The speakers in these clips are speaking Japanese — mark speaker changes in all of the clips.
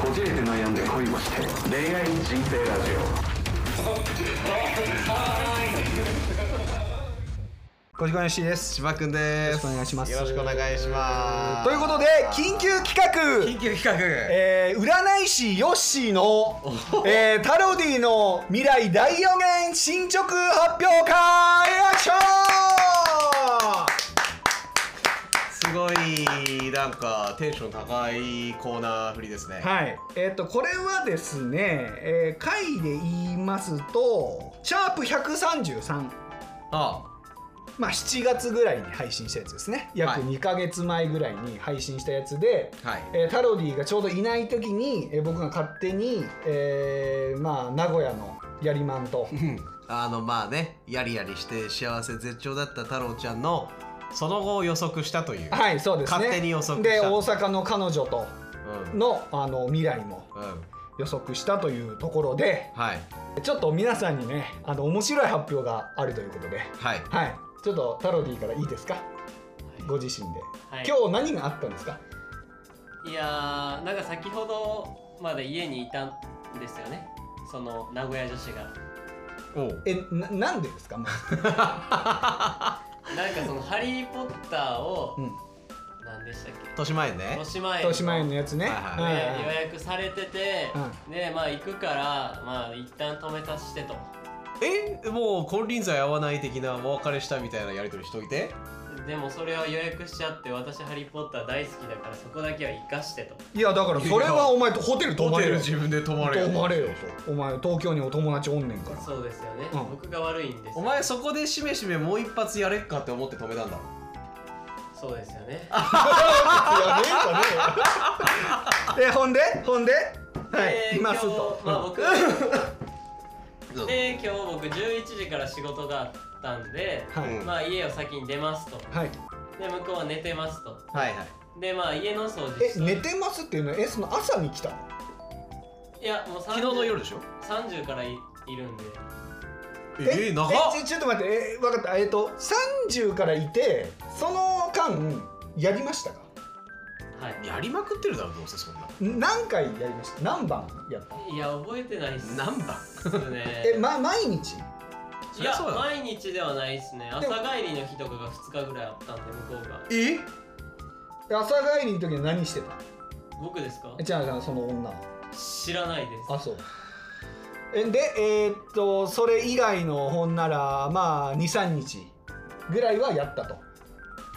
Speaker 1: こじれて悩んで恋をして恋愛人生ラジ
Speaker 2: 小島よしです。
Speaker 3: 千葉くんで
Speaker 2: よろし
Speaker 3: す
Speaker 2: くお願いします。
Speaker 3: よろしくお願いします
Speaker 2: ということで緊急企画。
Speaker 3: 緊急企画
Speaker 2: えー、占い師ヨッシーの、えー、タロディの未来大予言進捗発表会よいしょ
Speaker 3: すごいなんかテンション高いコーナー振りですね、
Speaker 2: はいえっ、とこれはですね、えー、回で言いますとシャープ133
Speaker 3: あ
Speaker 2: まあ、7月ぐらいに配信したやつですね約
Speaker 3: はい
Speaker 2: 2ヶ月前ぐらいに配信したやつで、
Speaker 3: はい
Speaker 2: えータロディがちょうどいない時に、えー僕が勝手に、えーまあ、名古屋のやりまんと
Speaker 3: あのまあねやりやりして幸せ絶頂だった太郎ちゃんのその後を予測したという、
Speaker 2: はいそうですね
Speaker 3: 勝手に予測し
Speaker 2: で
Speaker 3: た
Speaker 2: 大阪の彼女と
Speaker 3: うん
Speaker 2: のあの未来も
Speaker 3: うん
Speaker 2: 予測したというところで
Speaker 3: はい
Speaker 2: ちょっと皆さんにねあの面白い発表があるということで
Speaker 3: はい
Speaker 2: はいちょっとタロディからいいですかご自身で、
Speaker 4: はい
Speaker 2: 今日何があったんですか
Speaker 4: いやーなんか先ほどまで家にいたんですよねその名古屋女子が
Speaker 3: おう
Speaker 2: えななんでですか、まず
Speaker 4: なんかその「ハリー・ポッター」を
Speaker 2: うん
Speaker 4: 何でしたっけ
Speaker 3: 豊島園ね
Speaker 4: 豊島園
Speaker 2: 豊島園のやつね。
Speaker 3: はい
Speaker 4: で
Speaker 3: は
Speaker 4: 予約されてて、でまあ行くからまあ一旦止めさせてと
Speaker 3: えもう金輪際合わない的なお別れしたみたいなやり取りしといて
Speaker 4: でもそれは予約しちゃって私ハリー・ポッター大好きだからそこだけは生かしてと
Speaker 2: いやだからそれはお前とホテル泊まれよ。
Speaker 3: 分で泊ま
Speaker 2: 泊まれよと。お前東京にお友達おんねんから。
Speaker 4: そうですよね、
Speaker 2: うん
Speaker 4: 僕が悪いんです
Speaker 3: お前そこでしめしめもう一発やれっかって思って止めたんだろ
Speaker 4: そうですよね
Speaker 2: やねえかねえ。ほんでほんで。はい。
Speaker 4: で
Speaker 2: います
Speaker 4: 今日
Speaker 2: と。
Speaker 4: まあ僕
Speaker 3: うん
Speaker 4: で今日僕11時から仕事があったんで、
Speaker 2: は
Speaker 3: う
Speaker 2: い
Speaker 3: ん
Speaker 4: まあ家を先に出ますと
Speaker 2: はい。
Speaker 4: で向こうは寝てますと
Speaker 3: はいはい
Speaker 4: でまあ家の掃除し
Speaker 2: え寝てますっていうのはえその朝に来たの。
Speaker 4: いやもう
Speaker 3: 昨日の夜でしょ
Speaker 4: 30からいいるんで
Speaker 3: えー、長っ
Speaker 2: えちょちょっと待ってえ分かったえっと三十からいてその間やりましたか。
Speaker 4: はい
Speaker 3: やりまくってるだろどうせそんな
Speaker 2: 何回やりました。何番やった。
Speaker 4: いや覚えてないっす
Speaker 3: 何番
Speaker 4: ね
Speaker 2: えま毎日。
Speaker 4: い
Speaker 3: そりゃ
Speaker 4: や
Speaker 3: そうだろ
Speaker 4: 毎日ではないっすね
Speaker 2: で
Speaker 4: 朝
Speaker 2: も
Speaker 4: 帰りの日とかが2日ぐらいあったんで向こうが
Speaker 3: え
Speaker 2: 朝帰りの時に何してた。
Speaker 4: 僕ですか
Speaker 2: えじゃあじゃあその女は。
Speaker 4: 知らないです
Speaker 2: あそうえでえーっとそれ以外の本ならまあ23日ぐらいはやったと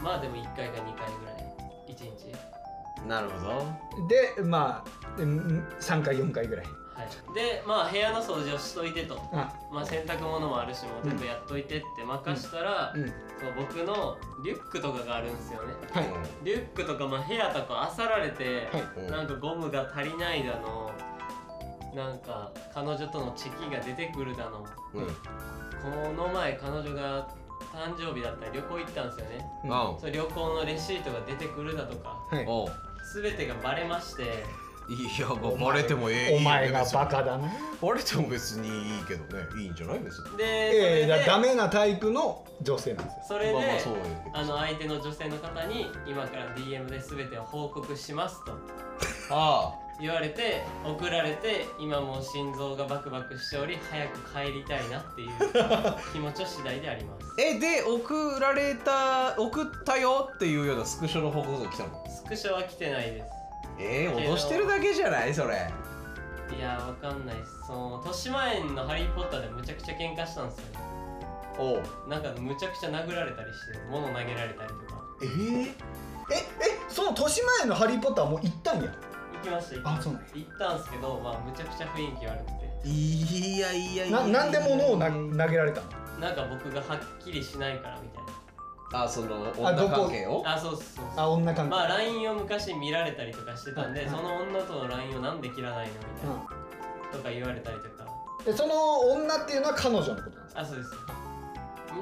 Speaker 4: まあでも1回か2回ぐらい1日
Speaker 3: なるほど
Speaker 2: でまあうん3回4回ぐらい
Speaker 4: はいでまあ部屋の掃除をしといてと
Speaker 2: あ
Speaker 4: まあ洗濯物もあるしもう全部やっといてって任したら、
Speaker 2: うん
Speaker 4: そう僕のリュックとかがあるんですよね
Speaker 2: はい
Speaker 4: リュックとか、まあ、部屋とか漁られて、
Speaker 2: はい
Speaker 3: うん
Speaker 4: なんかゴムが足りないだのなんか彼女とのチェキが出てくるだの
Speaker 3: うんうん
Speaker 4: この前彼女が誕生日だったり旅行行ったんですよね
Speaker 2: うん
Speaker 3: あ
Speaker 4: そう旅行のレシートが出てくるだとか
Speaker 2: はい
Speaker 3: おう
Speaker 4: 全てがバレまして
Speaker 3: いやもうバレてもええ
Speaker 2: お前がバ
Speaker 3: バ
Speaker 2: カだな
Speaker 3: レても別にいいけどねいいんじゃない別に
Speaker 4: でそ
Speaker 2: え
Speaker 4: れ
Speaker 2: え
Speaker 4: で、
Speaker 2: だダメなタイプの女性なんですよ
Speaker 4: それで、
Speaker 3: まあまあそうやけど
Speaker 4: あの相手の女性の方に今から DM で全てを報告しますと
Speaker 3: あ
Speaker 4: 言われて送られて今もう心臓がバクバクしており早く帰りたい なっていう気持ちは次第であります
Speaker 3: あえで送られた送ったよっていうようなスクショの報告が来たの
Speaker 4: スクショは来てないです
Speaker 3: えー、
Speaker 4: けど
Speaker 3: 脅してるだけじゃないそれ
Speaker 4: いやーわかんないっすその豊島園の「ハリー・ポッター」でむちゃくちゃ喧嘩したんですよね
Speaker 3: おう
Speaker 4: なんかむちゃくちゃ殴られたりして物投げられたりとか
Speaker 3: えー、
Speaker 2: ええその年前の「ハリー・ポッター」もう行ったんや
Speaker 4: 行きました行き
Speaker 2: あ
Speaker 4: まし
Speaker 2: そうな
Speaker 4: た
Speaker 2: んや
Speaker 4: 行ったんすけどまあむちゃくちゃ雰囲気悪くて
Speaker 3: いやいやいや
Speaker 2: ななんで物をな投げられたの
Speaker 4: なんか僕がはっきりしないからみたい
Speaker 3: あその
Speaker 2: あ
Speaker 3: 女
Speaker 2: どこ
Speaker 3: 関係を
Speaker 4: なあそうそうそう
Speaker 2: あ女関係、
Speaker 4: まあ LINE を昔見られたりとかしてたん
Speaker 2: は
Speaker 4: で
Speaker 2: いはい
Speaker 4: その女との LINE をなんで切らないのみたいな
Speaker 2: う
Speaker 4: とか言われたりとか
Speaker 2: ん、でその女っていうのは彼女のことなんですか
Speaker 4: あそうです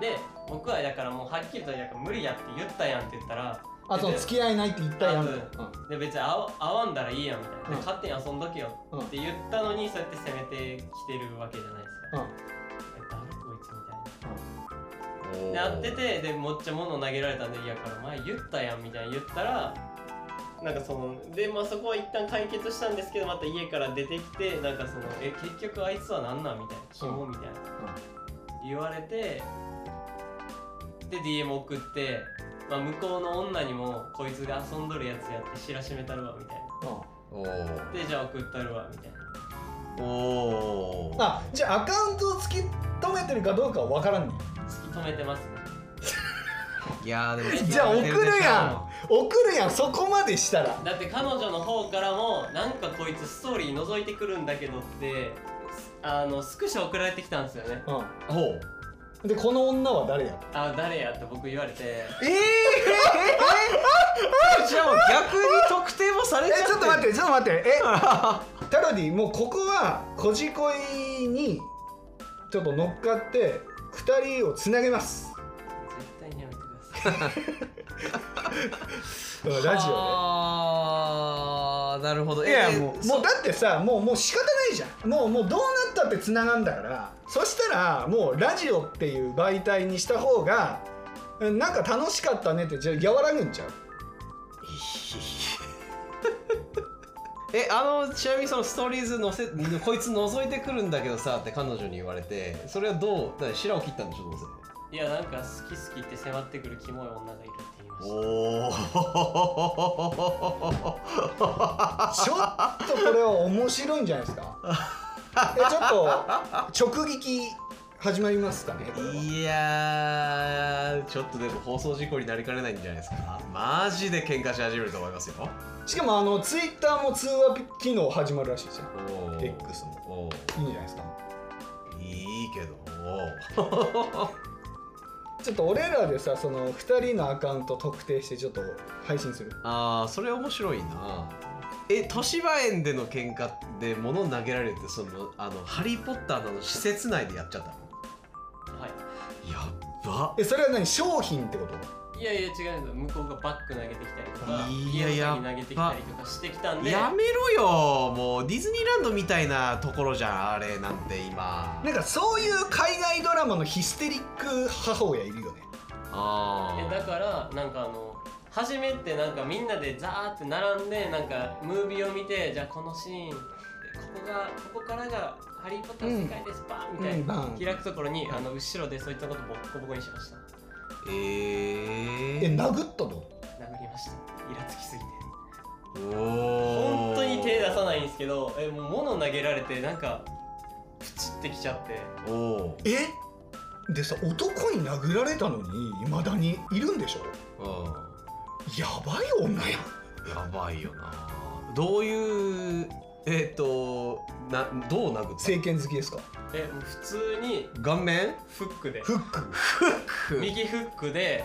Speaker 4: で僕はだからもうはっきりと「なんか無理や」って言ったやんって言ったら
Speaker 2: あその付き合いないって言ったやん、
Speaker 4: あで別に会わ会わんだらいいやんみたいなで
Speaker 2: うん
Speaker 4: 勝手に遊んどけよ
Speaker 2: うんうん
Speaker 4: って言ったのにそうやって攻めてきてるわけじゃないですか
Speaker 2: うん
Speaker 4: え誰こいつみたいな
Speaker 3: おう
Speaker 4: で会っててでもっちゃ物投げられたんで「いやこれ前言ったやん」みたいな言ったらなんかそのでまあそこは一旦解決したんですけどまた家から出てきてなんかそのえ結局あいつは何なんみたいなキモみたいな、言われてで DM 送って、まあ、向こうの女にもこいつが遊んどるやつやって知らしめたるわみたいな
Speaker 3: お
Speaker 4: でじゃあ送ったるわみたいな
Speaker 3: おおー
Speaker 2: あじゃあアカウントを突き止めてるかどうかは分からんねん
Speaker 4: 突き止めてますね
Speaker 3: いやーでも
Speaker 2: じゃあ送るや
Speaker 3: ん
Speaker 2: ん送るやんそこまでしたら
Speaker 4: だって彼女の方からもなんかこいつストーリー覗いてくるんだけどってあのスクショ送られてきたんですよね
Speaker 2: う
Speaker 3: ほうん
Speaker 2: でこの女は誰や
Speaker 4: あ誰やって僕言われて
Speaker 3: えー、えー、じゃあ逆に特定もされ
Speaker 2: え
Speaker 3: ちゃって
Speaker 2: ちょっと待っててちょっと待ってえ タロディもうここはこじこいにちょっと乗っかって2人をつなげます
Speaker 4: 絶対にやめてください
Speaker 2: ラジオ
Speaker 3: あーなるほど
Speaker 2: でいやもうもうだってさもうもう仕方ないじゃんもうもうどうなったってつながんだからそしたらもうラジオっていう媒体にした方がうんなんか楽しかったねってじゃあ和らぐんちゃう
Speaker 3: えあのちなみにそのストーリーズ載せこいつ覗いてくるんだけどさって彼女に言われてそれはどうだって白を切ったんでしょどうせ
Speaker 4: いやなんか好き好きって迫ってくるキモい女がいるって言いました
Speaker 3: お
Speaker 2: ちょっとこれは面白いんじゃないですかえちょっと直撃始まりますかねこれはい
Speaker 3: やーちょっとでも放送事故になりかねないんじゃないですかマジで喧嘩し始めると思いますよ
Speaker 2: しかもあのツイッターも通話機能始まるらしいですよ
Speaker 3: おー
Speaker 2: X も
Speaker 3: おー
Speaker 2: いいんじゃないですか
Speaker 3: いいけど
Speaker 2: ちょっと俺らでさその2人のアカウント特定してちょっと配信する
Speaker 3: ああそれ面白いなえ豊島園での喧嘩で物投げられるってそのあのハリー・ポッターなどの施設内でやっちゃったの
Speaker 4: は
Speaker 3: やっば
Speaker 2: えそれは何商品ってこと
Speaker 4: いいやいや違うんですよ向こうがバッグ投げてきたりとか
Speaker 3: いや
Speaker 4: 家の
Speaker 3: やっ
Speaker 4: 先に投げてきたりとかしてきたんで
Speaker 3: やめろよもうディズニーランドみたいなところじゃんあれなんて今
Speaker 2: なんかそういう海外ドラマのヒステリック母親いるよね
Speaker 3: あ
Speaker 4: えだからなんかあの初めってなんかみんなでザーって並んでなんかムービーを見てじゃあこのシーンここがここからが「ハリー・ポッター」の世界です、バーンみたいな、
Speaker 2: うんバーン
Speaker 4: 開くところにあの後ろでそういったことボッコボコにしました
Speaker 3: え
Speaker 2: え
Speaker 3: ー、
Speaker 2: 殴ったの
Speaker 4: 殴りましたイラつきすぎて
Speaker 3: 本
Speaker 4: 本当に手出さないいんですけどえもう物投げられてなんかプチってきちゃって
Speaker 3: おお
Speaker 2: えでさ男に殴られたのにいまだにいるんでしょ
Speaker 3: う
Speaker 2: やばい女やん
Speaker 3: んやばいよなどういうえっ、となどう殴った
Speaker 2: 政権好きですか
Speaker 4: えもう普通に
Speaker 3: 顔面
Speaker 4: フックで
Speaker 2: フック
Speaker 4: 右フックで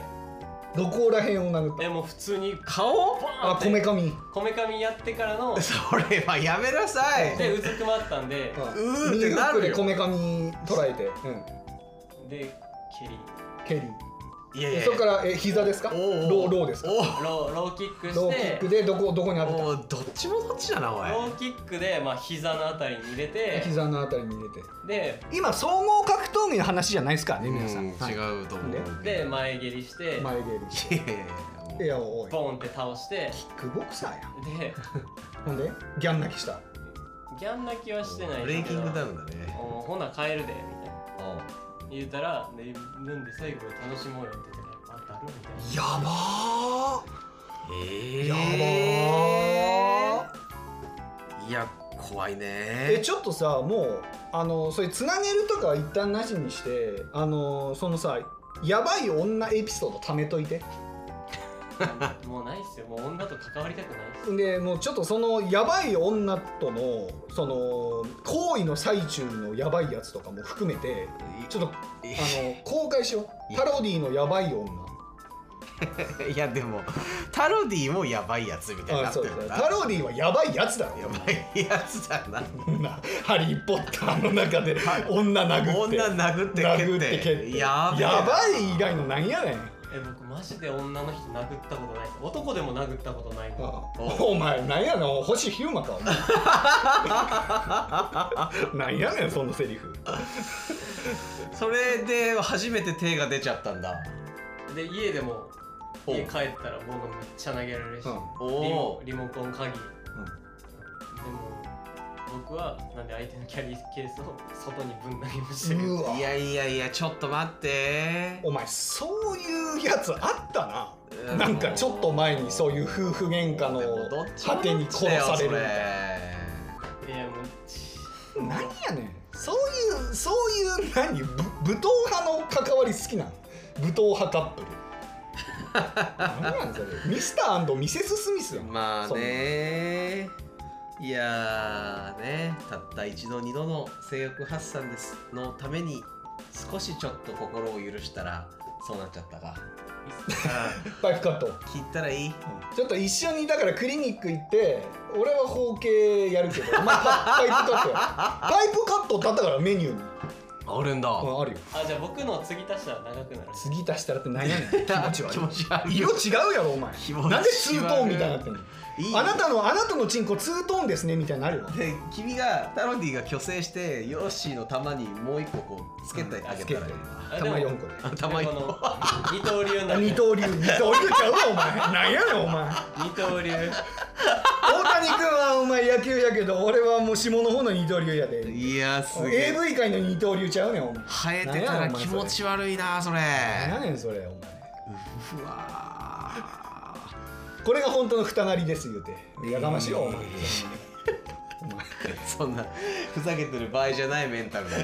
Speaker 2: どこら辺を殴った
Speaker 4: えもう普通に
Speaker 3: 顔
Speaker 4: バーン
Speaker 2: あ
Speaker 4: っ
Speaker 2: こめ
Speaker 4: て
Speaker 2: かみ
Speaker 4: こめかみやってからの
Speaker 3: それはやめなさい
Speaker 4: でうずくまったんで
Speaker 2: あ
Speaker 3: うーっ
Speaker 2: 右
Speaker 3: て
Speaker 2: フ
Speaker 3: な
Speaker 2: ック
Speaker 3: る
Speaker 2: で
Speaker 3: よ
Speaker 2: こめかみ捉えて、うん、
Speaker 4: で蹴り
Speaker 2: 蹴り
Speaker 3: いやいや
Speaker 2: そこからえ膝ですかロ
Speaker 3: お
Speaker 2: ー
Speaker 3: うおう
Speaker 2: ローですか
Speaker 3: おう
Speaker 4: ローローキックして
Speaker 2: ローキックでどこどこに当て
Speaker 3: おうどっちもどっちだなおい
Speaker 4: ローキックでまあ膝のあたりに入れ
Speaker 2: た
Speaker 4: て
Speaker 2: 膝のあたりに入れて
Speaker 4: で
Speaker 2: 今総合格闘技の話じゃないですからね
Speaker 3: うん
Speaker 2: 皆さん、はい
Speaker 3: 違うと思う
Speaker 4: で前蹴りして
Speaker 2: 前蹴
Speaker 3: いやいやいやも
Speaker 2: りいやお
Speaker 3: う
Speaker 2: い
Speaker 4: ボンって倒して
Speaker 2: キックボクサーやん
Speaker 4: で
Speaker 2: ほんでギャン泣きした
Speaker 4: ギャン泣きはしてない
Speaker 3: ブレ
Speaker 4: で
Speaker 3: イ
Speaker 4: す
Speaker 3: キ
Speaker 4: けど
Speaker 3: ングダウンだね
Speaker 4: おほな帰るでみたいな言うたらでなんで最後まで楽しもうよって言ったらあだるみたい
Speaker 2: や
Speaker 4: な
Speaker 2: ば
Speaker 3: え
Speaker 2: やば
Speaker 3: いや怖いね
Speaker 2: えちょっとさもうあのそれつなげるとかは一旦なしにしてあのそのさやばい女エピソード貯めといて
Speaker 4: もうないっすよもう女と関わりたくないっす
Speaker 2: でもうちょっとそのやばい女とのその行為の最中のやばいやつとかも含めてちょっとあの公開しようパロディのやばい女
Speaker 3: いやでもタロディもやばいやつみたいにな
Speaker 2: あ
Speaker 3: って
Speaker 2: そう
Speaker 3: る
Speaker 2: だ
Speaker 3: んだ
Speaker 2: パロディはやばいやつだろ
Speaker 3: やばいやつだな
Speaker 2: なハリー・ポッターの中で女殴って
Speaker 3: 女殴って
Speaker 2: 殴
Speaker 3: 蹴
Speaker 2: っ
Speaker 3: ってて
Speaker 2: 蹴って
Speaker 3: やべえな
Speaker 2: やばい以外のなんやねん
Speaker 4: え僕マジで女の人殴ったことないっす男でも殴ったことないの
Speaker 2: あお前なんやねん星飛雄馬かお 前なんやねんそのセリフ
Speaker 3: それで初めて手が出ちゃったんだ
Speaker 4: で家でも
Speaker 3: おう
Speaker 4: 家帰ったら僕めっちゃ投げられるし、
Speaker 2: う
Speaker 3: お
Speaker 4: リ
Speaker 3: お
Speaker 4: モ
Speaker 3: ー
Speaker 4: リモコン鍵、でも僕はなんで相手のキャリーケースを外にぶん投げましたけど
Speaker 2: うわ
Speaker 3: いやいやいやちょっと待って
Speaker 2: お前そういうやつあったな
Speaker 3: う ん
Speaker 2: なんかちょっと前にそういう夫婦喧嘩の
Speaker 3: でもどっちも
Speaker 2: 果てに殺されるみたい
Speaker 4: いやもう
Speaker 2: 何やねんそういうそういう何ぶ武闘派の関わり好きなの武闘派カップル 何やねんそれミスターミセス・スミス
Speaker 3: それ
Speaker 2: やん
Speaker 3: まあ
Speaker 2: そんな
Speaker 3: ねいやーねたった一度二度の性欲発散ですのために少しちょっと心を許したらそうなっちゃったかあ
Speaker 2: バイフカット
Speaker 3: ー聞いたらいい
Speaker 2: ちょっと一緒にだからクリニック行って俺は包茎やるけどお前パパイプカットやパイプカットだったからメニューに
Speaker 3: あるんだ
Speaker 2: ああるよ
Speaker 4: あじゃあ僕の継ぎ足したら長くなる
Speaker 2: 次足したらって何やねん気持ち悪い
Speaker 3: 気持ち悪い
Speaker 2: 色違うやろお前
Speaker 3: 気持ち悪い
Speaker 2: なんでツートーンみたいになってんの
Speaker 3: いい
Speaker 2: あなたのあなたのチンコツートーンですねみたいになるよ
Speaker 3: で君がタロディが虚勢してヨッシーの玉にもう一個こうつけてあげたらいいな、
Speaker 4: あ
Speaker 2: た
Speaker 4: でも
Speaker 2: ま4個で
Speaker 3: 玉
Speaker 4: で
Speaker 3: 一
Speaker 4: こ
Speaker 3: 個
Speaker 4: の二刀流になる
Speaker 2: 二刀流二刀流ちゃうわお前何やねんお前
Speaker 4: 二刀流
Speaker 2: 大谷君はお前野球やけど俺はもう下の方の二刀流やで
Speaker 3: いやすげえ
Speaker 2: AV 界の二刀流ちゃうねんお前
Speaker 3: 生えてたら気持ち悪いなそれ
Speaker 2: 何やねんそれお前
Speaker 3: うわー
Speaker 2: これが本当の二なりです言うてやかましいよお前
Speaker 3: そんなふざけてる場合じゃないメンタルだ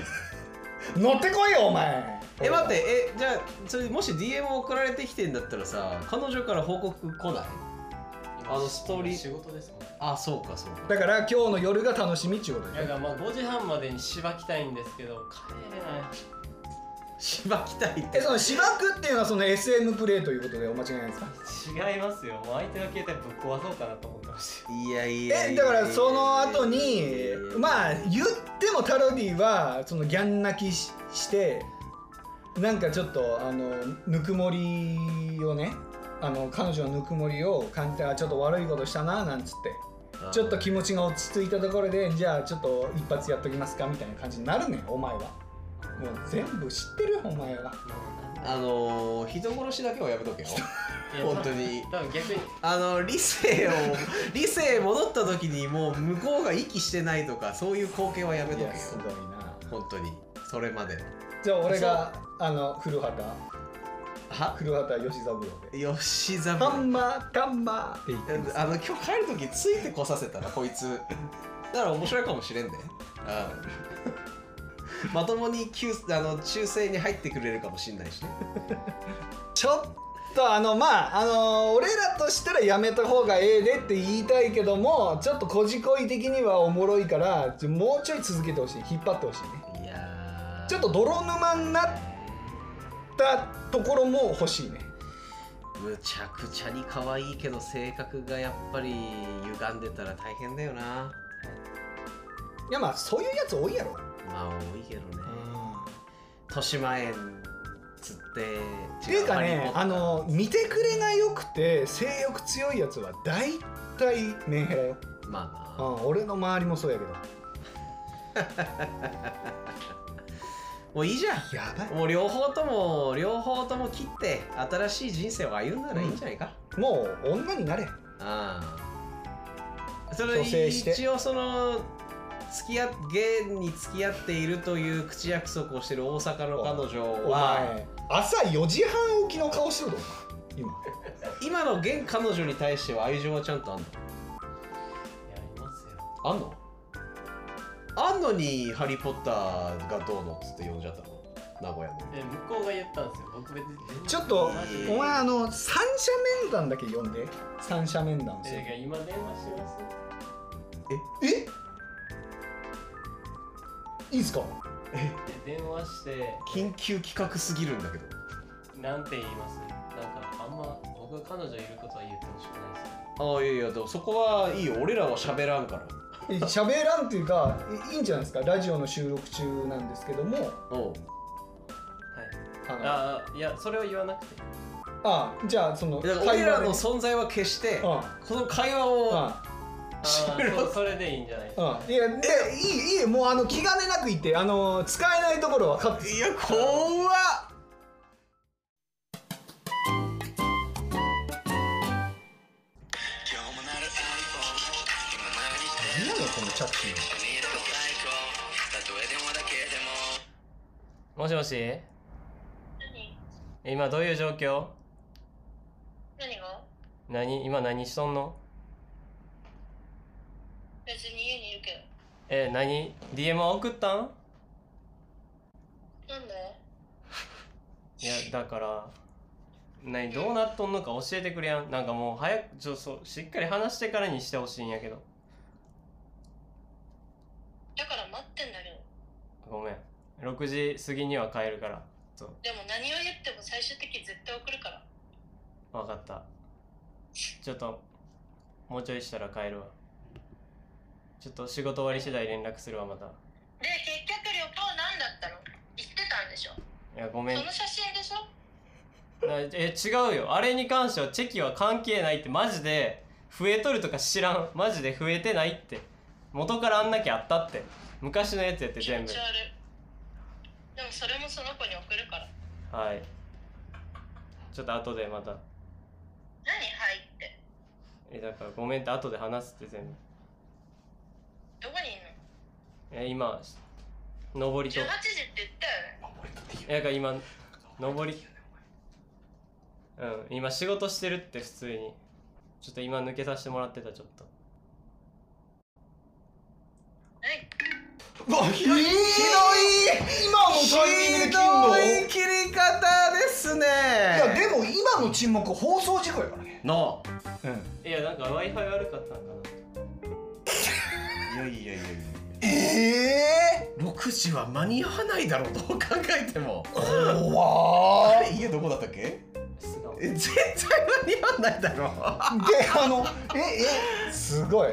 Speaker 2: 乗ってこいよお前
Speaker 3: え待ってえじゃあそれもし DM 送られてきてんだったらさ彼女から報告来ないあのストーリー
Speaker 4: 仕事ですもん
Speaker 3: あそうかそうか
Speaker 2: だから今日の夜が楽しみっちゅうこと
Speaker 4: い
Speaker 2: だ
Speaker 4: や
Speaker 2: よ
Speaker 4: がまあ5時半までにしばきたいんですけど帰れない
Speaker 3: しばきたいっ
Speaker 2: え
Speaker 3: て
Speaker 2: その芝くっていうのはその SM プレイということでお間違いないですか
Speaker 4: 違いますよもう相手の携帯ぶっ壊そうかなと思ってましたよ
Speaker 3: いやいやいや
Speaker 2: え
Speaker 3: いや
Speaker 2: だからその後
Speaker 3: いやい
Speaker 2: に
Speaker 3: やいや
Speaker 2: まあ言ってもタロディはそのギャン泣きししてなんかちょっとあのぬくもりをねあの彼女のぬくもりを感じたらちょっと悪いことしたななんつってちょっと気持ちが落ち着いたところでじゃあちょっと一発やっときますかみたいな感じになるねんお前はもう全部知ってるよお前は
Speaker 3: あのー、人殺しだけはやめとけよ
Speaker 4: いや
Speaker 3: 本当に
Speaker 4: 多分逆に
Speaker 3: あの理性を理性戻った時にもう向こうが息してないとかそういう光景はやめと
Speaker 2: い
Speaker 3: けよ
Speaker 2: やすごいな
Speaker 3: 本当にそれまでの
Speaker 2: じゃあ俺があの古畑
Speaker 3: は
Speaker 2: 古畑吉三郎で
Speaker 3: 吉
Speaker 2: 「
Speaker 3: 沢
Speaker 2: タンマータンマー」って言ってます
Speaker 3: あの今日帰る時ついてこさせたらこいつだから面白いかもしれんで、ね、 うんまともに旧あの中性に入ってくれるかもしれないしね
Speaker 2: ちょっとあのまああの俺らとしたらやめた方がええでって言いたいけどもちょっとこじこい的にはおもろいからちょもうちょい続けてほしい引っ張ってほしいね
Speaker 3: いやー
Speaker 2: ちょっと泥沼になったところも欲しいね
Speaker 3: むちゃくちゃに可愛いけど性格がやっぱり歪んでたら大変だよない
Speaker 2: やまあそういうやつ多いやろ
Speaker 3: まあ多いけどね豊島園つって
Speaker 2: っていうかねあの見てくれがよくて性欲強いやつは大体メンヘラよ、
Speaker 3: ま
Speaker 2: う、
Speaker 3: あなん
Speaker 2: 俺の周りもそうやけど
Speaker 3: もういいじゃん
Speaker 2: やばい
Speaker 3: もう両方とも両方とも切って新しい人生を歩んだらいいんじゃないか、
Speaker 2: もう女になれ
Speaker 3: ああそれ
Speaker 2: 蘇生して
Speaker 3: 一応その付き合っ現に付き合っているという口約束をしてる大阪の彼女
Speaker 2: お
Speaker 3: は
Speaker 2: 前朝4時半起きの顔してるぞお前今
Speaker 3: 今の現彼女に対しては愛情はちゃんとあんの
Speaker 4: やりますよ
Speaker 3: あんのあんのに「ハリー・ポッター」がどうのっつって呼んじゃったの名古屋の
Speaker 4: で向こうが言ったんですよ僕別に
Speaker 2: ちょっと
Speaker 4: マジ
Speaker 2: お
Speaker 4: で
Speaker 2: 前あの三者面談だけ読んで三者面談をする
Speaker 4: えー今電話します
Speaker 2: えいいっすか
Speaker 4: で電話して
Speaker 3: 緊急企画すぎるんだけど
Speaker 4: なんて言いますなんかあんま僕彼女いることは言ってほしくないですよ
Speaker 3: ああいやいやでもそこはいいよ俺らは喋らんから
Speaker 2: え喋らんっていうかいいいんじゃないですかラジオの収録中なんですけども
Speaker 3: おう
Speaker 2: あのあ
Speaker 4: はいあいやそれは言わなくて
Speaker 2: じゃあその
Speaker 3: だから俺ら
Speaker 2: で
Speaker 3: の存在は決し
Speaker 2: う
Speaker 3: て
Speaker 2: ん
Speaker 3: この会話を
Speaker 2: あ
Speaker 4: あ
Speaker 3: 知
Speaker 4: ー
Speaker 3: らん
Speaker 4: そうそれでいいんじゃないですか
Speaker 2: あいやでいいいいもうあの気兼ねなく言ってあの使えないところはカットする
Speaker 3: いや怖っ
Speaker 2: チャッキーの
Speaker 4: もしもしえ
Speaker 5: 何
Speaker 4: 今どういう状況
Speaker 5: 何が
Speaker 4: 何今何しとんの
Speaker 5: 別に家にいるけ
Speaker 4: え何 ?DM は送ったん
Speaker 5: ど。なんで
Speaker 4: いやだから何どうなっとんのか教えてくれやんなんかもう早くちょそうしっかり話してからにしてほしいんやけど
Speaker 5: だから待ってんだけど。
Speaker 4: ごめん6時過ぎには帰るからそう
Speaker 5: でも何を言っても最終的に絶対送るから。
Speaker 4: 分かったちょっともうちょいしたら帰るわちょっと仕事終わり次第連絡するわまた
Speaker 5: で、結局旅行何だったの行ってたんでしょ
Speaker 4: いやごめん
Speaker 5: そ
Speaker 4: な
Speaker 5: の写真でしょ
Speaker 4: え違うよあれに関してはチェキは関係ないってマジで増えとるとか知らんマジで増えてないって元からあんなきゃあったって昔のやつやって
Speaker 5: 気
Speaker 4: 全部
Speaker 5: 持ち悪い。でもそれもその子に送るから。
Speaker 4: はいちょっと後でまた
Speaker 5: 何はいって。
Speaker 4: えだからごめんって後で話すって全部
Speaker 5: どこにいん
Speaker 4: え
Speaker 5: の
Speaker 4: 今上りと
Speaker 5: ?18 時って言ったよね。
Speaker 4: えだから今上りうん今仕事してるって普通にちょっと今抜けさせてもらってたちょっと
Speaker 5: 何
Speaker 2: ひどい今のタイミングで切んの
Speaker 3: ひどい切り方ですね
Speaker 2: いやでも今の沈黙放送事故やからね
Speaker 3: の
Speaker 4: いやなんか w i f i 悪かったんかな
Speaker 3: や
Speaker 4: い
Speaker 3: いやいやいや
Speaker 2: え
Speaker 3: 6時は間に合わないだろうどう考えても
Speaker 2: えー、怖
Speaker 3: あ
Speaker 2: ー
Speaker 3: れ家どこだったっけ
Speaker 4: 素顔
Speaker 3: え絶対間に合わないだろ
Speaker 2: であのええすごい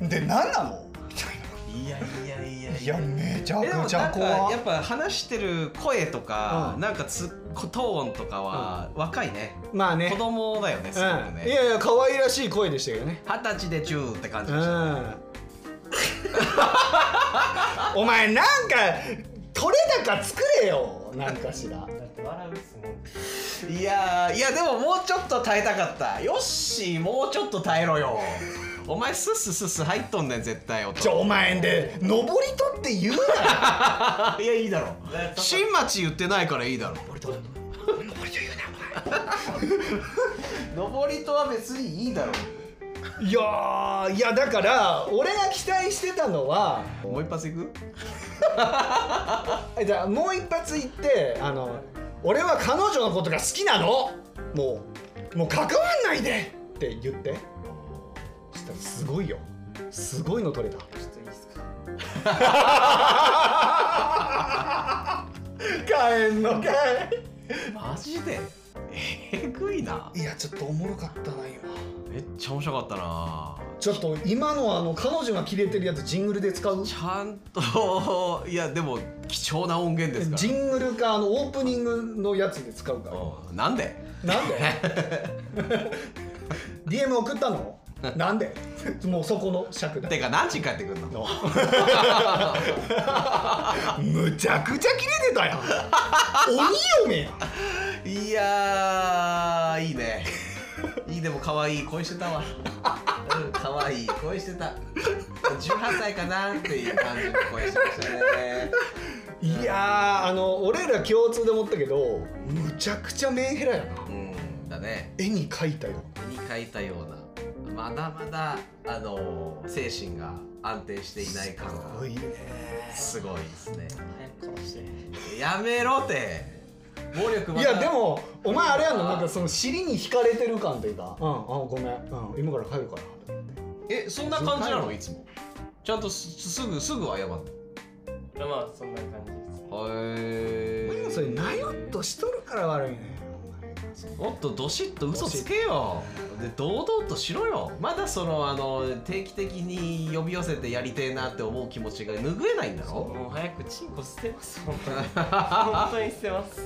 Speaker 2: えで何なのみたいない
Speaker 3: やいやいや
Speaker 2: いやめちゃ
Speaker 3: えでもなん
Speaker 2: くちゃ
Speaker 3: か
Speaker 2: 怖
Speaker 3: やっぱ話してる声とか、
Speaker 2: うん
Speaker 3: なんかつトーンとかは若いね
Speaker 2: まあね
Speaker 3: 子供だよねすごく
Speaker 2: うん、い
Speaker 3: ね
Speaker 2: やいや可愛らしい声でしたけどね
Speaker 3: 二十歳でチューって感
Speaker 2: う
Speaker 3: じでした、
Speaker 2: んお前なんか取れ高作れよなんかしら
Speaker 4: だって笑うっすね
Speaker 3: いやーいやでももうちょっと耐えたかったよっしーもうちょっと耐えろ よお前スッススッス入っとんねん絶対音
Speaker 2: ちょお前んで上りとって言う
Speaker 3: あいやいいだろ新町言ってないからいいだろ登りとは別にいいだろ
Speaker 2: ないやーいやだから俺が期待してたのは
Speaker 3: もう一発いく
Speaker 2: じゃあもう一発言ってあの俺は彼女のことが好きなのもうもう関わんないでって言ってそしたらすごいよすごいの取れた
Speaker 4: ちょっといいっすか
Speaker 2: 帰んのか
Speaker 3: マジでえぐいない
Speaker 2: いやちょっとおもろかったな今
Speaker 3: めっちゃ面白かったな
Speaker 2: ちょっと今のあの彼女がキレてるやつジングルで使う
Speaker 3: ちゃんといやでも貴重な音源ですから
Speaker 2: ジングルかあのオープニングのやつで使うから
Speaker 3: うんなんで
Speaker 2: なんで DM 送ったのなんでもうそこの尺だ
Speaker 3: てか何時に帰ってくん
Speaker 2: の
Speaker 3: の
Speaker 2: むちゃくちゃキレてた やん鬼嫁やん
Speaker 3: いやーいいねいいでも可愛い恋してたわうん可愛い恋してた18歳かなっていう感じの恋してましたね
Speaker 2: いやーあの俺ら共通で思ったけどむちゃくちゃメンヘラやな
Speaker 3: うんだね
Speaker 2: 絵に描いたよ
Speaker 3: 絵に描いたようなまだまだあのー精神が安定していない感
Speaker 2: すご
Speaker 3: が
Speaker 2: いね
Speaker 3: すごいですね
Speaker 4: 早く殺して
Speaker 3: やめろって暴力
Speaker 2: い
Speaker 3: また
Speaker 2: やでもお前あれやんのなんかその尻に惹かれてる感というかうんあごめん、うん、今から帰るから
Speaker 3: えそんな感じなのいつもちゃんとすすぐすぐ謝った
Speaker 4: まあそんな感じです
Speaker 3: へ
Speaker 2: それなよっとしとるから悪いね
Speaker 3: もっとどしっと嘘つけよで堂々としろよまだそのあの定期的に呼び寄せてやりてえなって思う気持ちが拭えないんだろ
Speaker 4: もう早くチンコ捨てます本当に本当に捨てます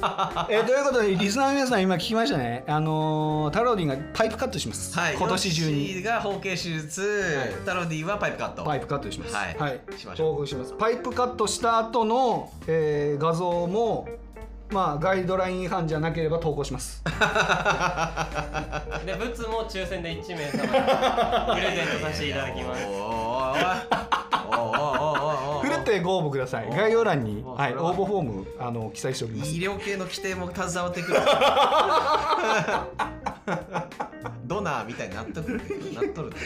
Speaker 2: えーということでリスナーの皆さん今聞きましたねあのー、タロディがパイプカットします、
Speaker 3: はい
Speaker 2: 今年中
Speaker 3: ヨッシ
Speaker 2: に
Speaker 3: ーが包茎手術、
Speaker 2: はい
Speaker 3: タロディはパイプカット
Speaker 2: パイプカットします
Speaker 3: はい
Speaker 2: はい、
Speaker 3: しましょう
Speaker 2: うしますパイプカットした後の、えー画像もまあガイドライン違反じゃなければ投稿します
Speaker 4: で、ブツも抽選で1名様にプレゼントさせていただきます。
Speaker 3: おいおいおいおうおうおうおうおうおう
Speaker 2: ふるってご応募ください概要欄に、
Speaker 3: お
Speaker 2: はい、
Speaker 3: それは
Speaker 2: 応募フォームあの記載しております
Speaker 3: 医療系の規定も携わってくるドナーみたいになっとくなっと るって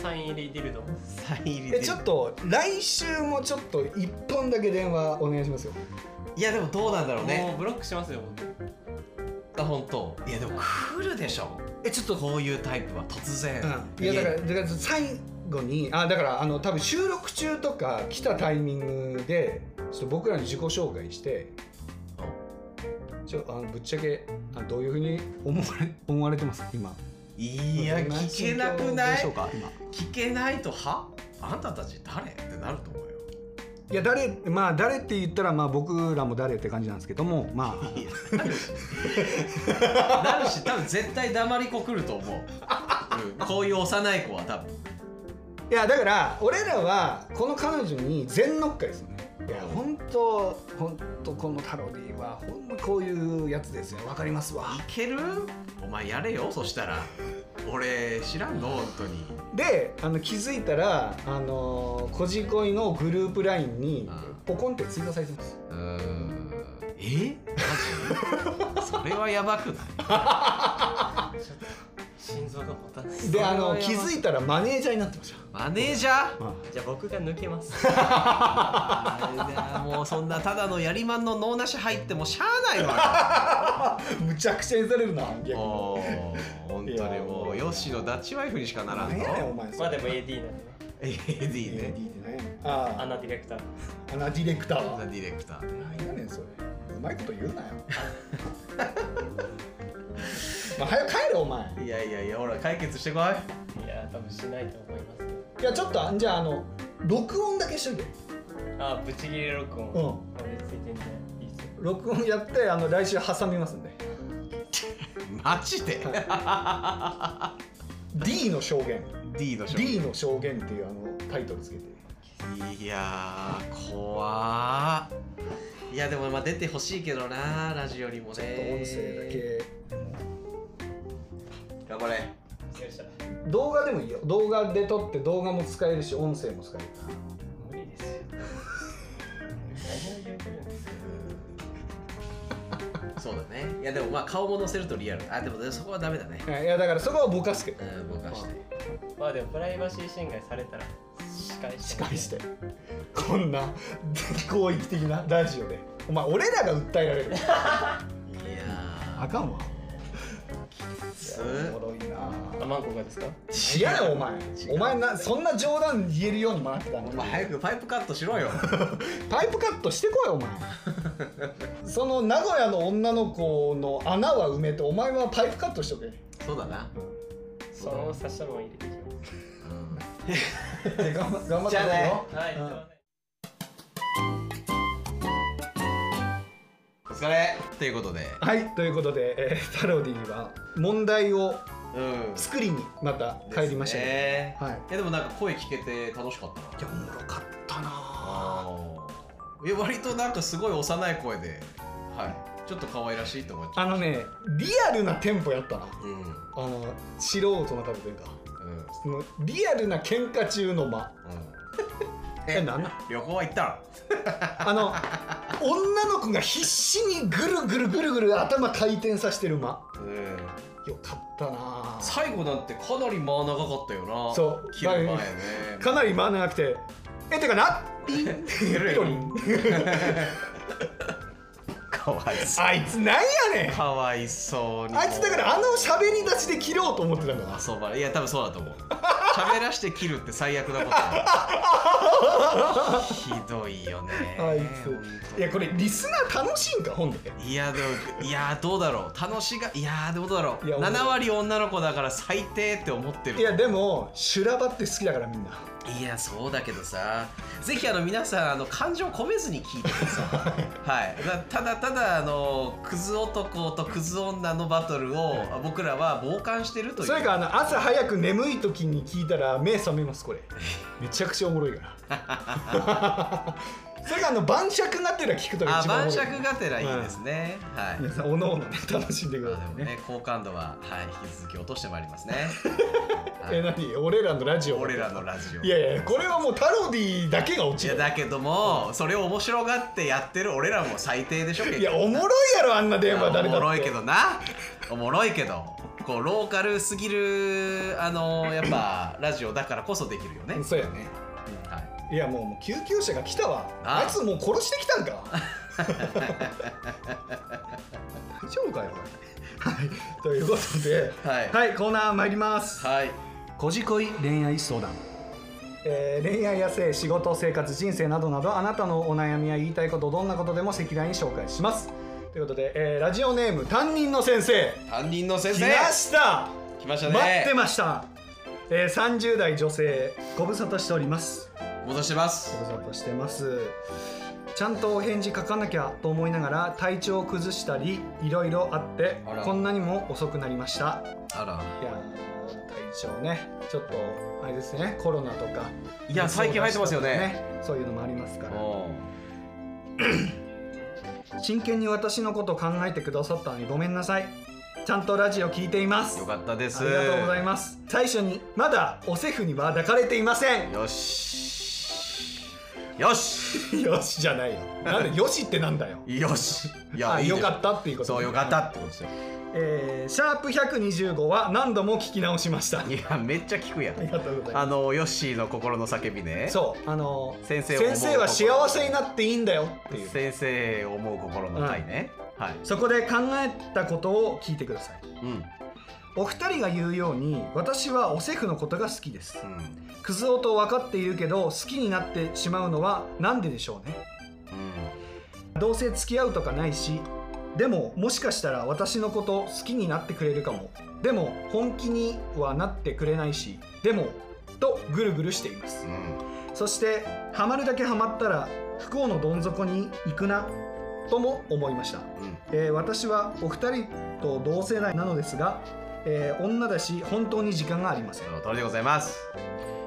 Speaker 4: サイン入りディルド
Speaker 3: サイン入り
Speaker 2: え
Speaker 3: で
Speaker 2: ちょっと来週もちょっと1本だけ電話お願いしますよ
Speaker 3: いやでもどうなんだろう
Speaker 4: も
Speaker 3: ね
Speaker 4: うブロックしますよ僕
Speaker 3: あ本当いやでも来るでしょえちょっとこういうタイプは突然、
Speaker 2: いやだから
Speaker 3: 家
Speaker 2: だ
Speaker 3: に
Speaker 2: から最後にあだからあの多分収録中とか来たタイミングでちょっと僕らに自己紹介してちょあのぶっちゃけあどういうふうに思われ思われてます今
Speaker 3: いや聞けなく
Speaker 2: どう
Speaker 3: な
Speaker 2: でしょう
Speaker 3: い
Speaker 2: か今
Speaker 3: 聞けないとはあんたたち誰ってなると思うよ
Speaker 2: いや誰まあ誰って言ったらまあ僕らも誰って感じなんですけどもまあ
Speaker 3: いやなるしなるし多分絶対黙り子来ると 思う、うんこういう幼い子は多分
Speaker 2: いやだから俺らはこの彼女に全乗っかりですよねいや本当本当このタロディはほんまこういうやつですよわかりますわ
Speaker 3: いけるお前やれよそしたら俺知らんの本当に
Speaker 2: であの気づいたらあのーこじこいのグループラインに
Speaker 3: うん
Speaker 2: ポコンって追加されてます
Speaker 3: うーんえマジそれはやばくない
Speaker 4: 心臓がもたない
Speaker 2: であ
Speaker 3: それは
Speaker 2: の
Speaker 3: やばい
Speaker 2: 気づいたらマネージャーになってまし
Speaker 3: マネージャー
Speaker 2: た、
Speaker 4: じゃあ僕が抜けます
Speaker 3: あれだもうそんなただのやりまんの脳なし入ってもしゃあないわ
Speaker 2: むちゃくちゃにされるな逆に
Speaker 3: おー本当にもうヨッシーのダッチワイフにしかならん
Speaker 2: 何やねんお
Speaker 3: の
Speaker 2: 前
Speaker 4: まあでも AD なんでね
Speaker 3: AD ね
Speaker 2: AD でねあ
Speaker 4: アナディレクター
Speaker 2: あアナディレクター
Speaker 3: ザディレクターね
Speaker 2: 何やねんそれうまいこと言うなよ まあ早く帰れお前
Speaker 3: いやいやいやほら解決してこい
Speaker 4: いやー多分しないと思いますね
Speaker 2: いやちょっとじゃああの録音だけしといて
Speaker 4: あーブチギレ録音
Speaker 2: うん
Speaker 4: 俺ついてんじゃないいいっすよ
Speaker 2: 録音やってあの来週挟みますんで
Speaker 3: マジで
Speaker 2: D の証言
Speaker 3: D の勝
Speaker 2: D の証言っていうあのタイトルつけて
Speaker 3: いやー怖ーいやでもまあ出てほしいけどなラジオにもね
Speaker 2: ちょっと音声だけ
Speaker 3: 頑張れ
Speaker 4: 失礼した
Speaker 2: 動画でもいいよ動画で撮って動画も使えるし音声も使えるから
Speaker 4: 無理ですよ何を言うてるんですか
Speaker 3: そうだねいやでもまあ顔も載せるとリアルあでもそこはダメだね
Speaker 2: いやいやだからそこはぼかすけど
Speaker 3: うんぼかして
Speaker 4: まあでもプライバシー侵害されたら仕返して
Speaker 2: 司会してこんな広域的なラジオでお前俺らが訴えられる
Speaker 3: いや
Speaker 2: あかんわ
Speaker 3: ーす
Speaker 2: おもろいな
Speaker 4: あマンコがですか
Speaker 2: 嫌だよお前
Speaker 3: 違う
Speaker 2: お前なそんな冗談言えるように回ってたの
Speaker 3: お前早くパイプカットしろよ
Speaker 2: パイプカットしてこいお 前その名古屋の女の子の穴は埋めてお前はパイプカットしとけ
Speaker 3: そうだな、
Speaker 4: その差したのを入れていきます
Speaker 3: うん
Speaker 2: で頑張頑張って
Speaker 3: じゃあね
Speaker 2: よ
Speaker 4: はい、
Speaker 2: うん
Speaker 4: すいません
Speaker 3: お疲れということで
Speaker 2: はいということで、えータロディは問題を
Speaker 3: うん
Speaker 2: 作りにまた帰りました
Speaker 3: ね
Speaker 2: ね
Speaker 3: え
Speaker 2: はい
Speaker 3: いやでもなんか声聞けて楽しかった
Speaker 2: や
Speaker 3: ない
Speaker 2: おもろかったなぁ
Speaker 3: ああいや割となんかすごい幼い声で、はい、ちょっと可愛らしいと思っちゃ
Speaker 2: あのねリアルなテンポやったな
Speaker 3: う。うん、うん、
Speaker 2: あの素人の多分というかそのリアルな喧嘩中の間えなんなん
Speaker 3: 旅行は行った
Speaker 2: あの 女の子が必死にぐるぐるぐるぐる頭回転させてる間
Speaker 3: の、うん、
Speaker 2: よかったなぁ
Speaker 3: 最後なんてかなり間長かったよな
Speaker 2: そう
Speaker 3: 切る前ね
Speaker 2: かなり間長くてえてかな ピンピロリン
Speaker 3: かわいそ
Speaker 2: あいつなんやねん
Speaker 3: うかわいそうに
Speaker 2: あいつだからあの喋り出しで切ろうと思ってたんだな
Speaker 3: 遊ばれいや多分そうだと思う喋らして切るって最悪な ことだひどいよね
Speaker 2: あい
Speaker 3: 本当
Speaker 2: つ
Speaker 3: に
Speaker 2: いやこれリスナー楽しいんか本で
Speaker 3: いやでもいやどうだろう楽しがいやでもどうだろう
Speaker 2: いや
Speaker 3: 7割女の子だから最低って思ってる
Speaker 2: いやでも修羅場って好きだからみんない
Speaker 3: やそうだけどさぜひあの皆さんあの感情込めずに聞いてください はいだただただあのクズ男とクズ女のバトルを僕らは傍観してるという
Speaker 2: それかあの朝早く眠い時 に聞いたら目覚めますこれめちゃくちゃおもろいから
Speaker 3: そ
Speaker 2: それがあの晩酌がてら聞くとが
Speaker 3: あ
Speaker 2: 一番
Speaker 3: 晩
Speaker 2: 多い
Speaker 3: 酌がてらいいですね、はい
Speaker 2: 皆さんおのおのね楽しんでくださ
Speaker 3: あ
Speaker 2: い
Speaker 3: でも
Speaker 2: ね
Speaker 3: ね好感度は、はい、引き続き落としてまいりますねは い
Speaker 2: え何俺らのラジオ
Speaker 3: 俺らのラジオ
Speaker 2: いやいやこれはもうタロディだけが落
Speaker 3: い
Speaker 2: ち
Speaker 3: や
Speaker 2: る
Speaker 3: だけどもそれを面白がってやってる俺らも最低でしょ結
Speaker 2: い
Speaker 3: 局
Speaker 2: やおもろいやろあんな電話誰だって
Speaker 3: おもろいけどなおもろいけどこうローカルすぎるあのやっぱラジオだからこそできるよね、
Speaker 2: そうやね
Speaker 3: はい
Speaker 2: やもうもう救急車が来たわ
Speaker 3: あ
Speaker 2: あいつもう殺してきたんか 大丈夫かよおいはいということで
Speaker 3: いはい、はい
Speaker 2: はいコーナー参ります
Speaker 3: はい
Speaker 2: こじこい恋愛相談えー恋愛や性仕事生活人生などなどあなたのお悩みや言いたいことどんなことでも赤裸々に紹介しますということで、えーラジオネーム担任の先生
Speaker 3: 担任の先
Speaker 2: 来
Speaker 3: 生
Speaker 2: ました
Speaker 3: 来ましたね
Speaker 2: 待ってました、えー、30代女性ご無沙汰しております
Speaker 3: 戻してます
Speaker 2: ご無沙汰してますちゃんとお返事書かなきゃと思いながら体調を崩したりいろいろあって
Speaker 3: あら
Speaker 2: こんなにも遅くなりました
Speaker 3: あ
Speaker 2: い
Speaker 3: ら
Speaker 2: やー体調ねちょっとあれですねコロナとか
Speaker 3: いや最近入ってますよね
Speaker 2: そういうのもありますから
Speaker 3: おう
Speaker 2: 真剣に私のこと考えてくださったのにごめんなさいちゃんとラジオ聞いています
Speaker 3: よかったです
Speaker 2: ありがとうございます最初にまだおセフには抱かれていません
Speaker 3: よしよし
Speaker 2: よしじゃないよなんでよしってなんだよ
Speaker 3: よしい
Speaker 2: あ
Speaker 3: いい
Speaker 2: よ
Speaker 3: ね
Speaker 2: かったっていうこと
Speaker 3: そうよかったってことですよ
Speaker 2: えーシャープ125は何度も聞き直しましたあ
Speaker 3: いやめっちゃ聞くやん
Speaker 2: りがとうございま
Speaker 3: あのヨッシーの心の叫びね
Speaker 2: すそうあの
Speaker 3: 先生を思う
Speaker 2: 先生は幸せになっていいんだよっていう
Speaker 3: 先生を思う心の会ね、はい、
Speaker 2: そこで考えたことを聞いてください
Speaker 3: うん、うん、
Speaker 2: お二人が言うように私はおセフのことが好きですクズ男分かっているけど好きになってしまうのは何ででしょうねどうせ付き合うとかないしでももしかしたら私のこと好きになってくれるかもでも本気にはなってくれないしでもとぐるぐるしています
Speaker 3: うん、うん、
Speaker 2: そしてハマるだけハマったら不幸のどん底に行くなとも思いました
Speaker 3: うん、
Speaker 2: えー私はお二人と同世代なのですが、えー女だし本当に時間がありません
Speaker 3: その通りでございます。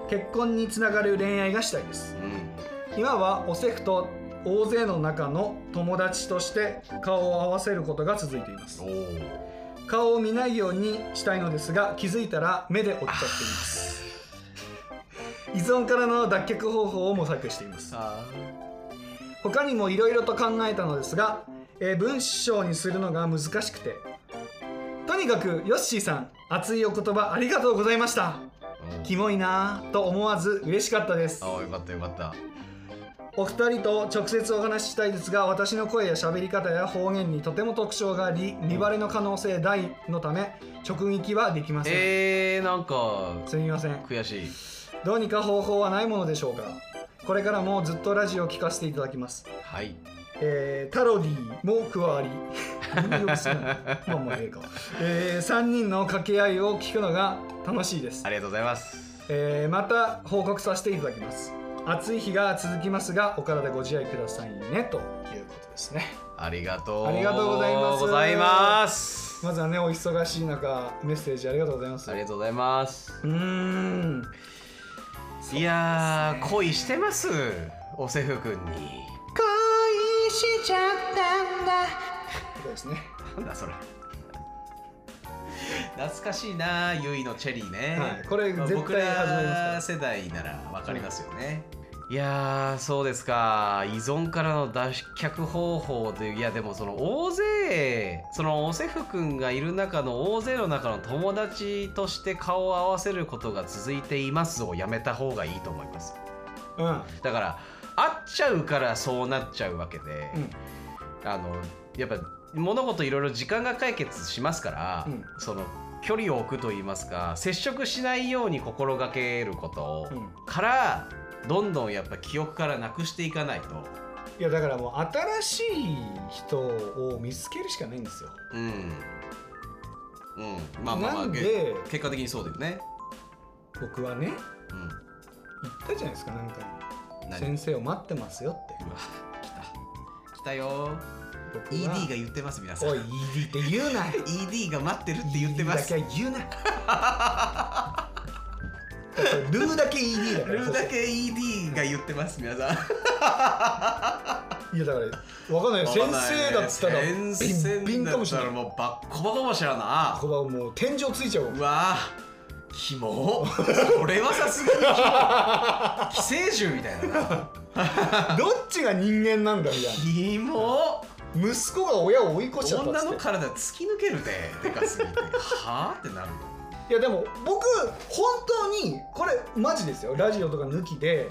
Speaker 2: 結婚につながる恋愛がしたいです
Speaker 3: うん、
Speaker 2: 今はおセフと大勢の中の友達として顔を合わせることが続いています
Speaker 3: おお、
Speaker 2: 顔を見ないようにしたいのですが気づいたら目で追っちゃっています依存からの脱却方法を模索しています
Speaker 3: あ
Speaker 2: 他にもいろいろと考えたのですが、えー文章にするのが難しくてとにかくヨッシーさん熱いお言葉ありがとうございましたキモいなぁと思わず嬉しかったです
Speaker 3: あ、よかったよかった。
Speaker 2: お二人と直接お話ししたいですが私の声や喋り方や方言にとても特徴があり見バレの可能性大のため直撃はできません、
Speaker 3: えー、なんか
Speaker 2: すみません
Speaker 3: 悔しい。
Speaker 2: どうにか方法はないものでしょうかこれからもずっとラジオを聞かせていただきます
Speaker 3: はい。
Speaker 2: えータロディも加わり何をするのまあまあええか、え3人の掛け合いを聞くのが楽しいです
Speaker 3: あ、りがとうございます。
Speaker 2: えーまた報告させていただきます暑い日が続きますがお体ご自愛くださいねということですね
Speaker 3: ありがとう。
Speaker 2: ありがとうございます
Speaker 3: ございます
Speaker 2: まずはねお忙しい中メッセージありがとうございます
Speaker 3: あ
Speaker 2: う
Speaker 3: りがとうございます。
Speaker 2: ーん
Speaker 3: いやー、恋してます。おせふくんに。恋しちゃったんだ。
Speaker 2: そうですね
Speaker 3: なんだそれ懐かしいなゆいのチェリーね、
Speaker 2: はいこれ絶対
Speaker 3: 僕
Speaker 2: 始まりま
Speaker 3: ら世代ならわかりますよね、いやーそうですか依存からの脱却方法でいやでもその大勢そのおせふくんがいる中の大勢の中の友達として顔を合わせることが続いていますをやめた方がいいと思います
Speaker 2: うん
Speaker 3: だから会っちゃうからそうなっちゃうわけで、
Speaker 2: うん
Speaker 3: あのやっぱ物事いろいろ時間が解決しますから、
Speaker 2: うん
Speaker 3: その距離を置くといいますか接触しないように心がけること
Speaker 2: うん
Speaker 3: から、どんどんやっぱ記憶からなくしていかないと、
Speaker 2: いやだからもう新しい人を見つけるしかないんですよ
Speaker 3: うんうん、まあまあま
Speaker 2: な
Speaker 3: あ
Speaker 2: ん
Speaker 3: け
Speaker 2: で
Speaker 3: 結果的にそうだよね、
Speaker 2: 僕はね
Speaker 3: うん、
Speaker 2: 言ったじゃないですかなんか
Speaker 3: 何
Speaker 2: 先生を待ってますよって
Speaker 3: うわ来た来たよ
Speaker 2: 僕は
Speaker 3: ED が言ってます皆さん
Speaker 2: おい ED って言うな
Speaker 3: ED が待ってるって言ってます
Speaker 2: ED だけは言う なルーだけ ED だから
Speaker 3: ルーだけ ED が言ってます皆さん
Speaker 2: いやだからわかんないよ先生だったら
Speaker 3: 先生
Speaker 2: ビンビンかもしれな
Speaker 3: だった
Speaker 2: い
Speaker 3: らもうバッコバコかもしれんな
Speaker 2: ここはもう天井ついちゃうわ
Speaker 3: うわーキモそれはさすがに キモ寄生獣みたいだな
Speaker 2: どっちが人間なんだみたい
Speaker 3: キモ
Speaker 2: な息子が親を追い越しちゃったっつ
Speaker 3: 女
Speaker 2: っ
Speaker 3: の
Speaker 2: て
Speaker 3: 体突き抜けるででかすぎてはあってなる
Speaker 2: いやでも僕本当にこれマジですよラジオとか抜きで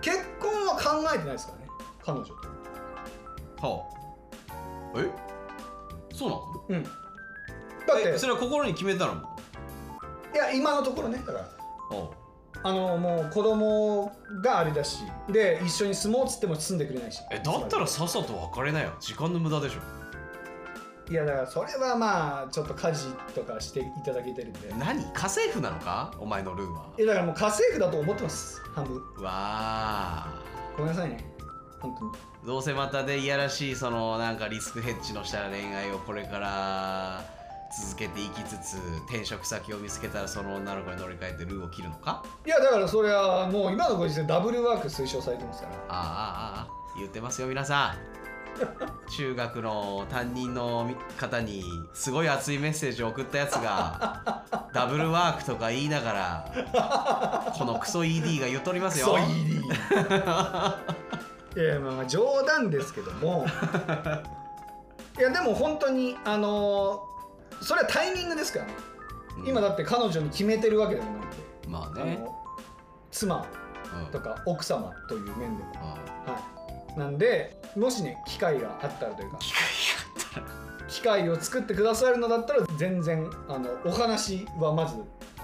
Speaker 2: 結婚は考えてないですからね彼女と
Speaker 3: はあえそうなの
Speaker 2: うんだって
Speaker 3: えそれは心に決めたの
Speaker 2: いや今のところねだから
Speaker 3: お
Speaker 2: あのもう子供があれだしで一緒に住もうっつっても住んでくれないし
Speaker 3: えだったらさっさと別れなよ時間の無駄でしょ
Speaker 2: いやだからそれはまあちょっと家事とかしていただけてるんで
Speaker 3: 何家政婦なのかお前のルーは
Speaker 2: えだからもう家政婦だと思ってます半分
Speaker 3: わあ
Speaker 2: ごめんなさいね本当に
Speaker 3: どうせまたでいやらしいそのなんかリスクヘッジのした恋愛をこれから続けていきつつ転職先を見つけたらその女の子に乗り換えてルーを切るのか
Speaker 2: いやだからそれはもう今のご時世ダブルワーク推奨されてますから
Speaker 3: ああああああ言ってますよ皆さん中学の担任の方にすごい熱いメッセージを送ったやつが ダブルワークとか言いながらこのクソ ED が言っとりますよ
Speaker 2: そう ED いやまあまあ冗談ですけどもいやでも本当にあのーそれはタイミングですからね、
Speaker 3: うん
Speaker 2: 今だって彼女に決めてるわけでもなくて、
Speaker 3: まあ
Speaker 2: あ
Speaker 3: ね
Speaker 2: の妻
Speaker 3: うん
Speaker 2: とか奥様という面でも
Speaker 3: あ
Speaker 2: はいなんでもしね機会があったらというか機会があったら機会を作ってくださるのだったら全然あのお話はまず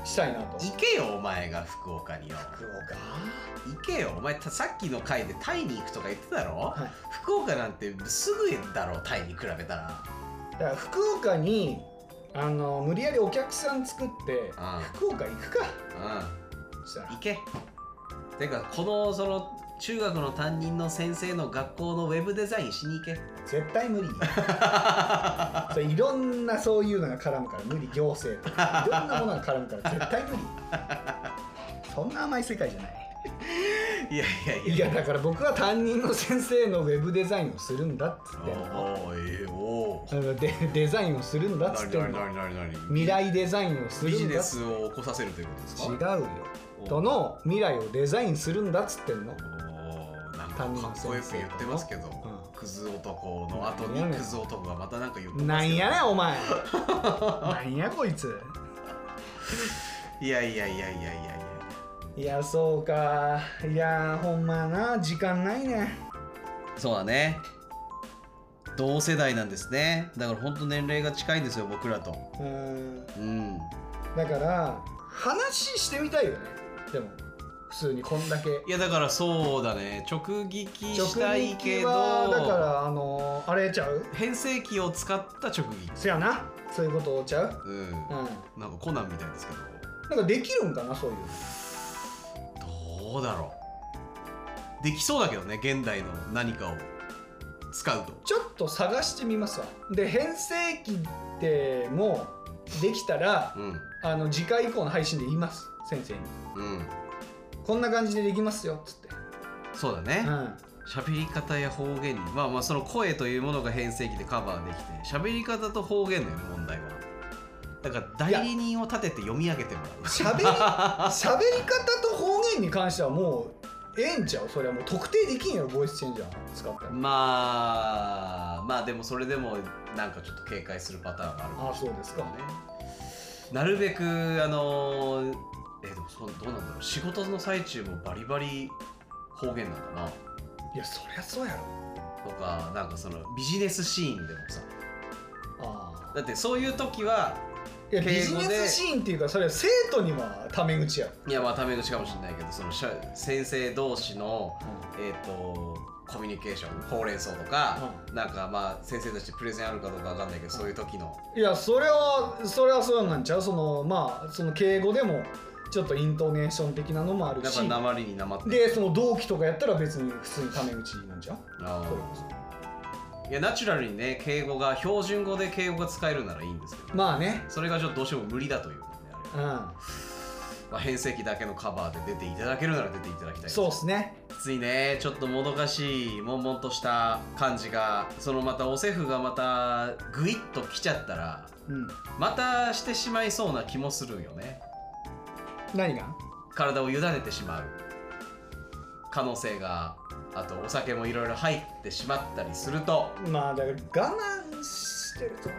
Speaker 2: したいなと
Speaker 3: 行けよお前が福岡によ行けよお前たさっきの回でタイに行くとか言ってたろ、
Speaker 2: はい
Speaker 3: 福岡なんてすぐだろタイに比べたら
Speaker 2: だから福岡にあの無理やりお客さん作って
Speaker 3: ああ
Speaker 2: 福岡行くか
Speaker 3: う
Speaker 2: そしたら
Speaker 3: ん行けてかこのその中学の担任の先生の学校のウェブデザインしに行け
Speaker 2: 絶対 無理それいろんなそういうのが絡むから無理行政とかいろんなものが絡むから絶対無理そんな甘い世界じゃない
Speaker 3: いやいやいや
Speaker 2: いやだから僕は担任の先生のウェブデザインをするんだっつってんの
Speaker 3: おーえーおー
Speaker 2: あのでデザインをするんだっつってん
Speaker 3: 何
Speaker 2: の
Speaker 3: 何何何何
Speaker 2: 未来デザインをす
Speaker 3: ビ
Speaker 2: る
Speaker 3: ジ
Speaker 2: んだ
Speaker 3: ネ
Speaker 2: っつ
Speaker 3: スを起こさせるということですか
Speaker 2: 違うよどの未来をデザインするんだっつってんの
Speaker 3: おーなんかか
Speaker 2: 担任の
Speaker 3: っこよく言ってますけど、
Speaker 2: う
Speaker 3: クズ男の後にクズ男がまたなんか言って
Speaker 2: な
Speaker 3: ますけ
Speaker 2: ん
Speaker 3: ど
Speaker 2: やねんお 前なんやこいつ
Speaker 3: いやいやいやいやいやいや
Speaker 2: いやそうかいやほんまな時間ないね
Speaker 3: そうだね同世代なんですねだから本当年齢が近いんですよ僕らと
Speaker 2: うん
Speaker 3: うん
Speaker 2: だから話してみたいよねでも普通にこんだけ
Speaker 3: いやだからそうだね直撃したいけど
Speaker 2: はだからあのあれちゃう
Speaker 3: 変声器を使った直撃
Speaker 2: せやなそういうことちゃう
Speaker 3: う
Speaker 2: う
Speaker 3: んなんかコナンみたいですけ
Speaker 2: んなんかできるんかなそういうの
Speaker 3: どどうだろうできそうだけどね現代の何かを使うと
Speaker 2: ちょっと探してみますわで変声期ってもうできたら
Speaker 3: うん
Speaker 2: あの次回以降の配信で言います先生に
Speaker 3: うん
Speaker 2: こんな感じでできますよっつって
Speaker 3: そうだね
Speaker 2: うん
Speaker 3: 喋り方や方言にまあまあその声というものが変声期でカバーできて喋り方と方言だよね問題はだから代理人を立てて読み上げてもらう
Speaker 2: 喋り喋り方と方言に関してはもうええんちゃうそれはもう特定できんやろボイスチェンジャー使ったら
Speaker 3: まあまあでもそれでもなんかちょっと警戒するパターンがあるか
Speaker 2: あ
Speaker 3: も
Speaker 2: あそうですか
Speaker 3: ねなるべくあのーえでもそうどうなんだろう仕事の最中もバリバリ方言なんか
Speaker 2: いやそりゃそうやろ
Speaker 3: なとかなんかそのビジネスシーンでもさ
Speaker 2: ああ
Speaker 3: だってそういう時はい
Speaker 2: やビ
Speaker 3: 敬
Speaker 2: ジ
Speaker 3: 語
Speaker 2: ネ
Speaker 3: で
Speaker 2: スシーンっていうかそれは生徒にはタメ口やろ、
Speaker 3: いやまあタメ口かもしれないけどそのしゃ先生同士のえっ、とコミュニケーションほうれん草とか、なんかまあ先生たちプレゼンあるかどうかわかんないけど、そういう時の
Speaker 2: いやそれはそれはそうなんちゃうそのまあその敬語でもちょっとイントネーション的なのもある
Speaker 3: やっ
Speaker 2: し
Speaker 3: ぱ鉛に鉛って
Speaker 2: でその同期とかやったら別に普通にタメ口なんちゃう
Speaker 3: あー
Speaker 2: それこそ
Speaker 3: いやナチュラルにね敬語が標準語で敬語が使えるならいいんですけど、
Speaker 2: まあね
Speaker 3: それがちょっとどうしても無理だというねあれは
Speaker 2: うん
Speaker 3: まあ、変声期だけのカバーで出ていただけるなら出ていただきたいです
Speaker 2: そうっすね
Speaker 3: ついねちょっともどかしい悶々とした感じがそのまたおセフがまたグイッと来ちゃったら
Speaker 2: うん
Speaker 3: またしてしまいそうな気もするよね
Speaker 2: 何が
Speaker 3: 体を委ねてしまう可能性があとお酒もいろいろ入ってしまったりすると
Speaker 2: まあだから我慢してるとな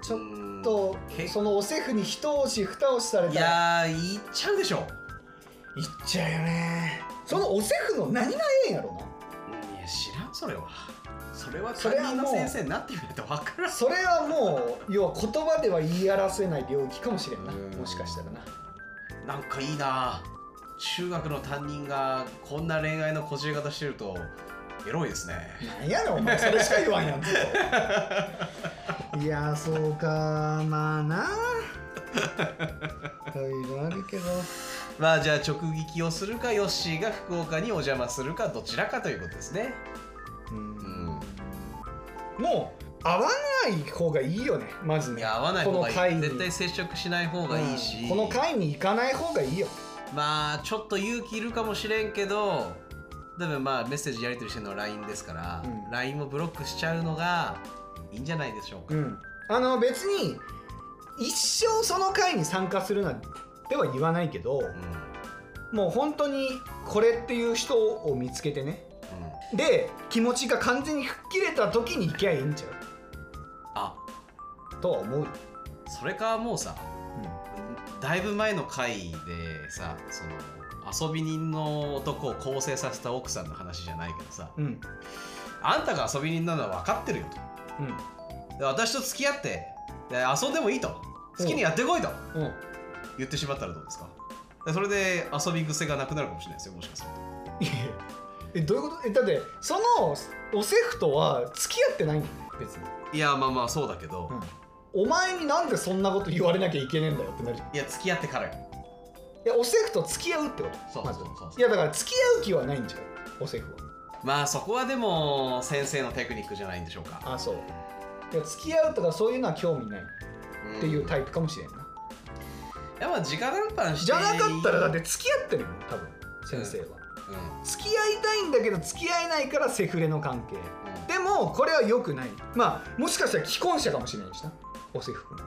Speaker 2: ちょっと
Speaker 3: うんけ
Speaker 2: そのおセフに一押し二押しされ
Speaker 3: い
Speaker 2: たら
Speaker 3: やー言っちゃうでしょ
Speaker 2: いっちゃうよねそのおセフの何がええんやろ
Speaker 3: うんいや知らんそれはそれは
Speaker 2: そ
Speaker 3: 担
Speaker 2: れは
Speaker 3: 任
Speaker 2: もう
Speaker 3: の先生になってみないと分から
Speaker 2: なんそれはもう要は言葉では言い表せない領域かもしれんな
Speaker 3: うん
Speaker 2: もしかしたらな
Speaker 3: なんかいいな中学の担任がこんな恋愛のこじれ方してるとエロいですね
Speaker 2: なんやろお前それしか言わんやんずっ といやそうかまあないろいろあるけど
Speaker 3: まあじゃあ直撃をするかヨッシーが福岡にお邪魔するかどちらかということですね
Speaker 2: うんもう会わない方がいいよねまずね
Speaker 3: いや合わない方が
Speaker 2: この
Speaker 3: い
Speaker 2: 会
Speaker 3: い
Speaker 2: に
Speaker 3: 絶対接触しない方がいいし、
Speaker 2: うんこの会に行かない方がいいよ
Speaker 3: まあちょっと勇気いるかもしれんけど多分まあメッセージやり取りしてるのは LINE ですから、
Speaker 2: うん
Speaker 3: LINE をブロックしちゃうのがいいんじゃないでしょうか、
Speaker 2: うんあの別に一生その会に参加するなんては言わないけど
Speaker 3: うんうん
Speaker 2: もう本当にこれっていう人を見つけてねで気持ちが完全に吹っ切れた時に行きゃいいんちゃ
Speaker 3: あ
Speaker 2: うとは思うよ、
Speaker 3: それかもうさだいぶ前の回でさその遊び人の男を更生させた奥さんの話じゃないけどさ
Speaker 2: うんうん
Speaker 3: あんたが遊び人なのは分かってるよとで私と付き合ってで遊んでもいいと好きにやってこいと
Speaker 2: うんうん
Speaker 3: 言ってしまったらどうですかでそれで遊び癖がなくなるかもしれないですよもしかすると
Speaker 2: いやいやえどういうことえだってそのおセフとは付き合ってないんだよね別に、
Speaker 3: いやまあまあそうだけど、
Speaker 2: お前になんでそんなこと言われなきゃいけねえんだよってなるじゃん
Speaker 3: いや付き合ってからよ
Speaker 2: いやおセフと付き合うってこと
Speaker 3: そう
Speaker 2: ま
Speaker 3: そう
Speaker 2: ず
Speaker 3: そうそう
Speaker 2: いやだから付き合う気はないんじゃんおセフは
Speaker 3: まあそこはでも先生のテクニックじゃないんでしょうか
Speaker 2: あそういや付き合うとかそういうのは興味ないっていうタ
Speaker 3: イ
Speaker 2: イプかもしれんな、
Speaker 3: プやっぱ直談判して
Speaker 2: じゃなかったらだって付き合ってるよ多分先生は、
Speaker 3: うんうん
Speaker 2: 付き合いたいんだけど付き合えないからセフレの関係でもこれは良くないまあもしかしたら既婚者かもしれんしなおセフ君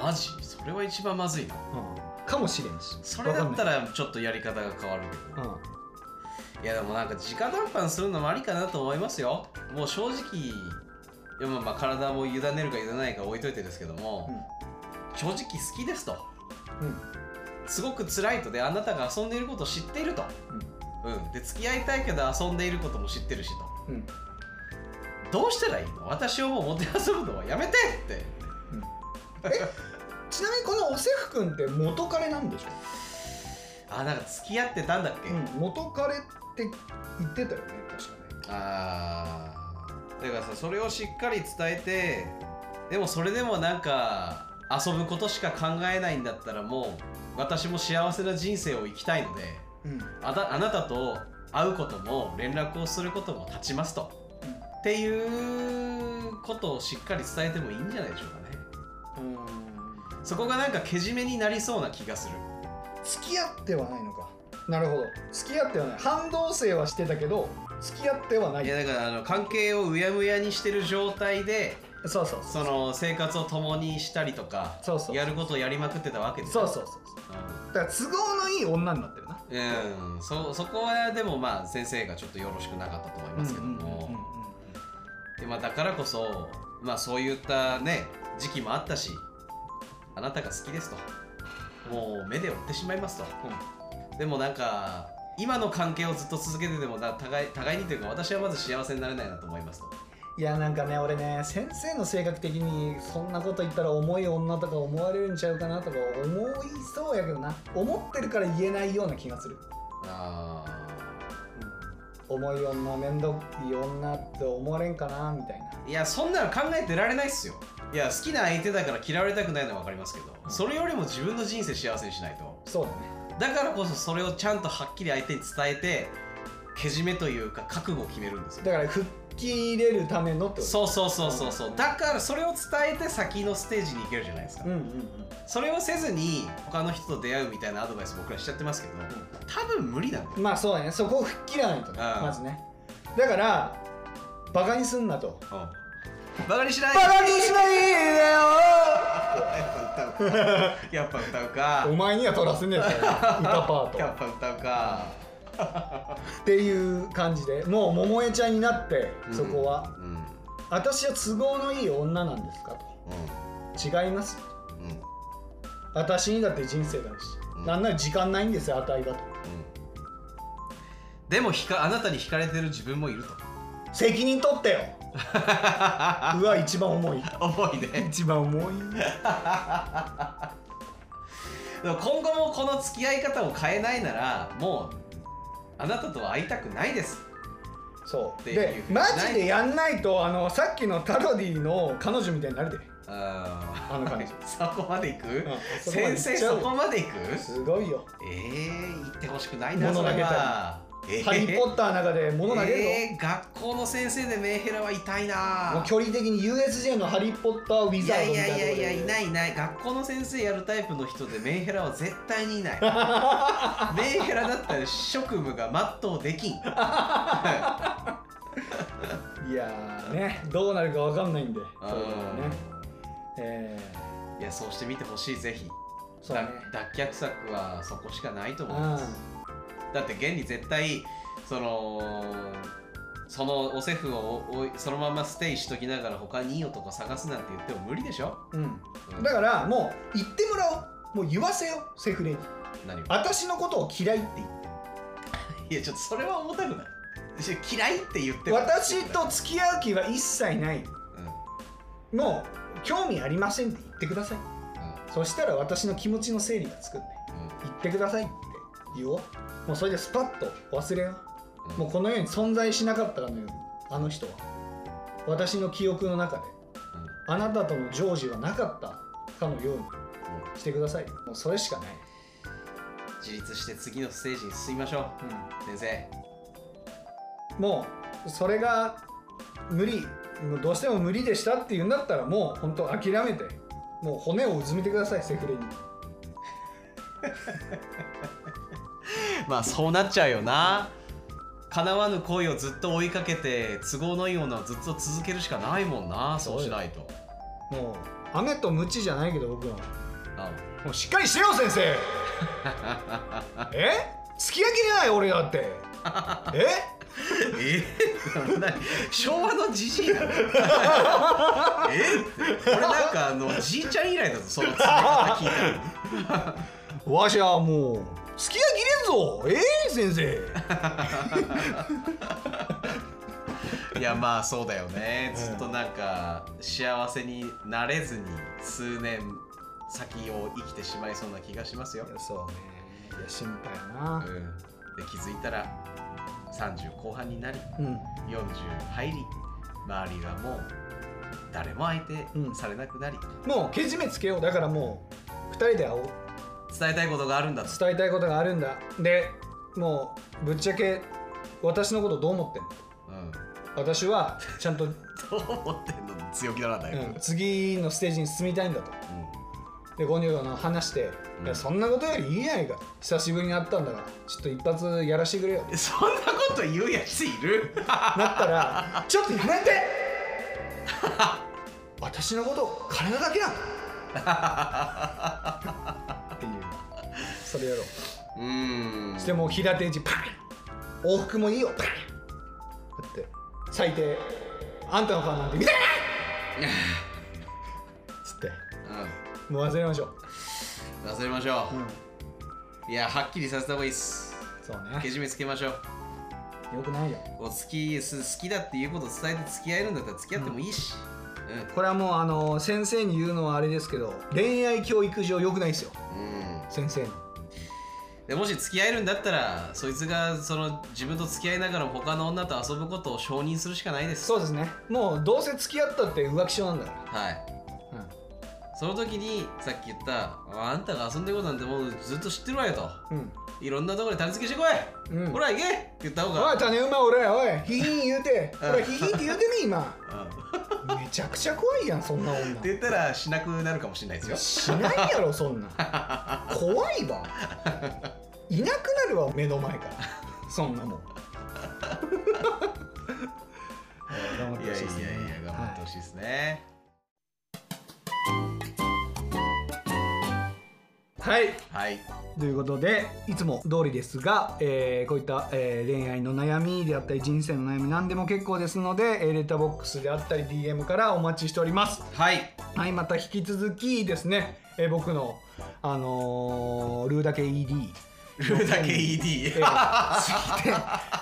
Speaker 3: マジそれは一番まずいな
Speaker 2: うんかもしれんし
Speaker 3: それだった
Speaker 2: ら
Speaker 3: らちょっとやり方が変わるけど、いやでもなんか直談判するのもありかなと思いますよもう正直いやまあまあ体も委ねるか委ねないか置いといてですけども、正直好きですと
Speaker 2: うんうん
Speaker 3: すごく辛いとであなたが遊んでいることを知っていると、うんで付き合いたいけど遊んでいることも知ってるし
Speaker 2: う
Speaker 3: と
Speaker 2: ん
Speaker 3: どうしたらいいの私をもうもてあそぶのはやめてって
Speaker 2: ちなみにこのおセフ君って元彼なんでしょ
Speaker 3: あなんか付き合ってたんだっけ、
Speaker 2: うん、元彼って言ってたよね確かね
Speaker 3: あーだからさそれをしっかり伝えてでもそれでもなんか遊ぶことしか考えないんだったらもう私も幸せな人生を生きたいので
Speaker 2: うん
Speaker 3: あたあなたと会うことも連絡をすることも立ちますと、っていうことをしっかり伝えてもいいんじゃないでしょうかねそこがなんかけじめになりそうな気がする
Speaker 2: 付き合ってはないのかなるほど付き合ってはない半同棲はしてたけど付き合ってはないい
Speaker 3: やだからあの関係をうやむやにしてる状態で
Speaker 2: そうそう
Speaker 3: その生活を共にしたりとか
Speaker 2: そうそう
Speaker 3: やることをやりまくってたわけで
Speaker 2: そうそうそうだから都合のいい女になってるな
Speaker 3: うん、うん、そそこはでもまあ先生がちょっとよろしくなかったと思いますけども、でまあ、だからこそ、まあ、そういったね時期もあったしあなたが好きですともう目で追ってしまいますと、でもなんか今の関係をずっと続けててもだ互い互いにというか私はまず幸せになれないなと思いますと
Speaker 2: いやなんかね俺ね先生の性格的にそんなこと言ったら重い女とか思われるんちゃうかなとか思いそうやけどな思ってるから言えないような気がする
Speaker 3: あ
Speaker 2: 重い女面倒いい女って思われんかなみたいな
Speaker 3: ーいやそんなの考えてられないっすよいや好きな相手だから嫌われたくないのは分かりますけど、それよりも自分の人生幸せにしないと
Speaker 2: そうだね
Speaker 3: だからこそそれをちゃんとはっきり相手に伝えてけじめというか覚悟を決めるんですよ
Speaker 2: だから復き入れるためのってこと
Speaker 3: そうそうそうそうそうだからそれを伝えて先のステージに行けるじゃないですか、
Speaker 2: うんうん
Speaker 3: それをせずに他の人と出会うみたいなアドバイス僕らしちゃってますけど、多分無理なんだよ
Speaker 2: うんまあそうだねそこを吹っ切らないとね
Speaker 3: うん
Speaker 2: まずねだからバカにすんなと
Speaker 3: バカにしない
Speaker 2: バカにしないでよ
Speaker 3: やっぱ歌うかやっぱ歌うか
Speaker 2: お前には取らせねえぞ歌パ ー
Speaker 3: や
Speaker 2: ト
Speaker 3: っぱ歌うか
Speaker 2: っていう感じでもう桃江ちゃんになってそこは、
Speaker 3: うんうん
Speaker 2: 私は都合のいい女なんですかと違います
Speaker 3: うんうん
Speaker 2: 私にだって人生があるし、
Speaker 3: うん
Speaker 2: なんなら時間ないんですよ値がと
Speaker 3: でもひかあなたに惹かれてる自分もいると
Speaker 2: 責任取って ようわ一番重い
Speaker 3: 重いね
Speaker 2: 一番重い
Speaker 3: でも今後もこの付き合い方を変えないならもうあなたとは会いたくないです
Speaker 2: そう
Speaker 3: って
Speaker 2: で
Speaker 3: いうふうに
Speaker 2: マジでやんないとあのさっきのタロディの彼女みたいになるで
Speaker 3: あ
Speaker 2: あの感じ
Speaker 3: そこまでいく、
Speaker 2: そこまで行
Speaker 3: 先
Speaker 2: っ
Speaker 3: 生
Speaker 2: ちゃう
Speaker 3: そこまでいく
Speaker 2: すごいよ
Speaker 3: ええー、行ってほしくないな
Speaker 2: 物投げたり
Speaker 3: それはえ
Speaker 2: 「
Speaker 3: ー
Speaker 2: ハリー・ポッター」の中で物投げるぞ、
Speaker 3: えー学校の先生でメンヘラは痛いな
Speaker 2: もう距離的に USJ の「ハリー・ポッター・ウィ
Speaker 3: い
Speaker 2: ザ
Speaker 3: や
Speaker 2: ード」
Speaker 3: い
Speaker 2: みた
Speaker 3: や
Speaker 2: いなと
Speaker 3: いや
Speaker 2: こ
Speaker 3: いや
Speaker 2: で
Speaker 3: いないいない学校の先生やるタイプの人でメンヘラは絶対にいない メンヘラだったら職務が全うできんうん
Speaker 2: いやーねどうなるかわかんないんでそういうのはねえ
Speaker 3: いやそうしてみてほしいぜひ
Speaker 2: ー、そうね
Speaker 3: だ脱却策はそこしかないと
Speaker 2: う
Speaker 3: 思い
Speaker 2: ん
Speaker 3: ますだって現に絶対そのそのおセフをおいそのままステイしときながら他にいい男探すなんて言っても無理でしょ、
Speaker 2: うん、だからもう言ってもらおうもう言わせようセフレに
Speaker 3: 何を
Speaker 2: 私のことを嫌いって言って
Speaker 3: いやちょっとそれは重たくないいや嫌いって言っても
Speaker 2: 私と付き合う気は一切ない
Speaker 3: うん
Speaker 2: もう興味ありませんって言ってくださいそしたら私の気持ちの整理がつくんで言ってくださいって言おうもうそれでスパッと忘れようもうこの世に存在しなかったかのようにあの人は私の記憶の中であなたとの常時はなかったかのようにしてくださいもうそれしかない、
Speaker 3: 自立して次のステージに進みましょう先生
Speaker 2: もうそれが無理もうどうしても無理でしたっていうんだったらもう本当諦めてもう骨をうずめてくださいセフレに
Speaker 3: まあそうなっちゃうよな叶わぬ恋をずっと追いかけて都合のいいものをずっと続けるしかないもんなそうしないと
Speaker 2: もう雨と鞭じゃないけど僕は
Speaker 3: あ
Speaker 2: もうしっかりしてよ先 生えすき焼きじゃない俺だって え
Speaker 3: え昭和のじじいなの えって俺なんかあのじいちゃん以来だぞその詰め方聞いたの
Speaker 2: わしはもうすき焼きれんぞええ先生
Speaker 3: いやまあそうだよねずっとなんか幸せになれずに数年先を生きてしまいそうな気がしますよ、
Speaker 2: そうねいや心配やな
Speaker 3: うん、で気づいたら30後半になり
Speaker 2: うん
Speaker 3: 40入り周りがもう誰も相手されなくなり、
Speaker 2: もうけじめつけようだからもう2人で会おう
Speaker 3: 伝えたいことがあるんだと
Speaker 2: 伝えたいことがあるんだでもうぶっちゃけ私のことどう思ってんの
Speaker 3: うん
Speaker 2: 私はちゃんと、
Speaker 3: どう思ってんの強気だなだいぶ、
Speaker 2: うん次のステージに進みたいんだとでゴニョウの話して、
Speaker 3: うん
Speaker 2: いやそんなことよりいいやないか久しぶりに会ったんだからちょっと一発やらしてくれよ
Speaker 3: うんそんなこと言うやついる
Speaker 2: なったらちょっとやめて 私のこと体だけだっていうそれやろう
Speaker 3: うん
Speaker 2: してもう平手打ちパン往復もいいよパンだって最低あんたの顔なんて 見たくないつって
Speaker 3: う
Speaker 2: もう忘れましょう、
Speaker 3: ん忘れましょう、
Speaker 2: うん、
Speaker 3: いやはっきりさせた方がいいっす
Speaker 2: そう
Speaker 3: け
Speaker 2: ね
Speaker 3: じめつけましょう
Speaker 2: よくないよ
Speaker 3: お付きす好きだっていうことを伝えて付き合えるんだったら付き合ってもいいし、
Speaker 2: これはもうあの先生に言うのはあれですけど恋愛教育上よくないですよ
Speaker 3: うん
Speaker 2: 先生に
Speaker 3: でもし付き合えるんだったらそいつがその自分と付き合いながら他の女と遊ぶことを承認するしかないです
Speaker 2: そうですねもうどうせ付き合ったって浮気症なんだか
Speaker 3: はい
Speaker 2: ら、
Speaker 3: その時にさっき言ったああんたが遊んでることなんてもうずっと知ってるわよと
Speaker 2: うん
Speaker 3: いろんなところで種付けしてこい、
Speaker 2: うん
Speaker 3: ほら行けって言った方が
Speaker 2: おい種馬俺おいヒヒン言うてほら
Speaker 3: うん
Speaker 2: ヒヒンって言うてね今
Speaker 3: うん
Speaker 2: めちゃくちゃ怖いやんそんな女
Speaker 3: って言ったらしなくなるかもしれないですよ
Speaker 2: しないやろそんなん怖いわいなくなるわ目の前からそんなもん頑張っ
Speaker 3: い
Speaker 2: てほし い
Speaker 3: やいや
Speaker 2: ですね
Speaker 3: いや頑張ってほしいですね、
Speaker 2: はい
Speaker 3: はい。
Speaker 2: ということでいつも通りですが、えーこういった、えー恋愛の悩みであったり人生の悩み何でも結構ですので、えーレターボックスであったり DM からお待ちしております
Speaker 3: はい。
Speaker 2: はいまた引き続きですね、えー僕のあのールーだけ ED
Speaker 3: ルーだけ ED。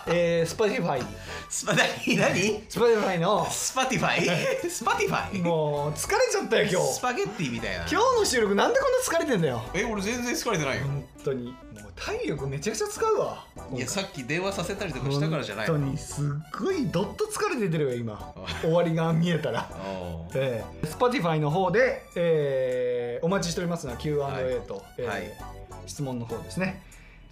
Speaker 2: えー、スパティファイ
Speaker 3: スパ、なに、なに
Speaker 2: スパティファイの
Speaker 3: スパティフ ァイスパティファイ
Speaker 2: もう疲れちゃったよ今
Speaker 3: ス
Speaker 2: 日
Speaker 3: パゲッティみたいな。
Speaker 2: 今日の収録なんでこんな疲れてんだよ
Speaker 3: え、俺全然疲れてないよ。
Speaker 2: 本当にもう体力めちゃくちゃ使うわ
Speaker 3: いや、さっき電話させたりとかしたからじゃない
Speaker 2: 本当
Speaker 3: の。
Speaker 2: にすっごいどっと疲れててるよ今終わりが見えたら
Speaker 3: おう
Speaker 2: えー、Spotify の方で、えーお待ちしておりますのは Q&A と、えー
Speaker 3: はい
Speaker 2: 質問の方ですね、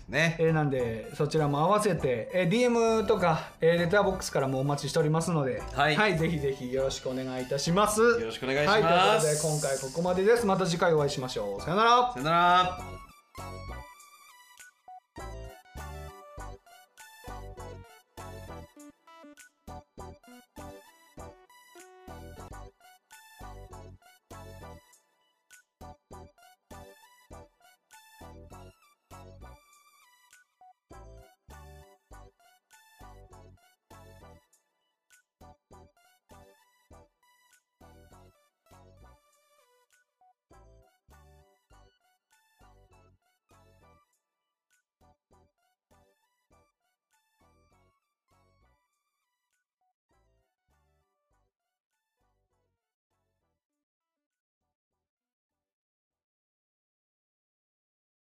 Speaker 3: ね。
Speaker 2: えーなんでそちらも合わせて、えー DM とか、えーレターボックスからもお待ちしておりますので、
Speaker 3: はい
Speaker 2: ぜひぜひよろしくお願いいたします
Speaker 3: よろしくお願いします
Speaker 2: はい、ということで今回ここまでですまた次回お会いしましょうさよなら
Speaker 3: さよなら。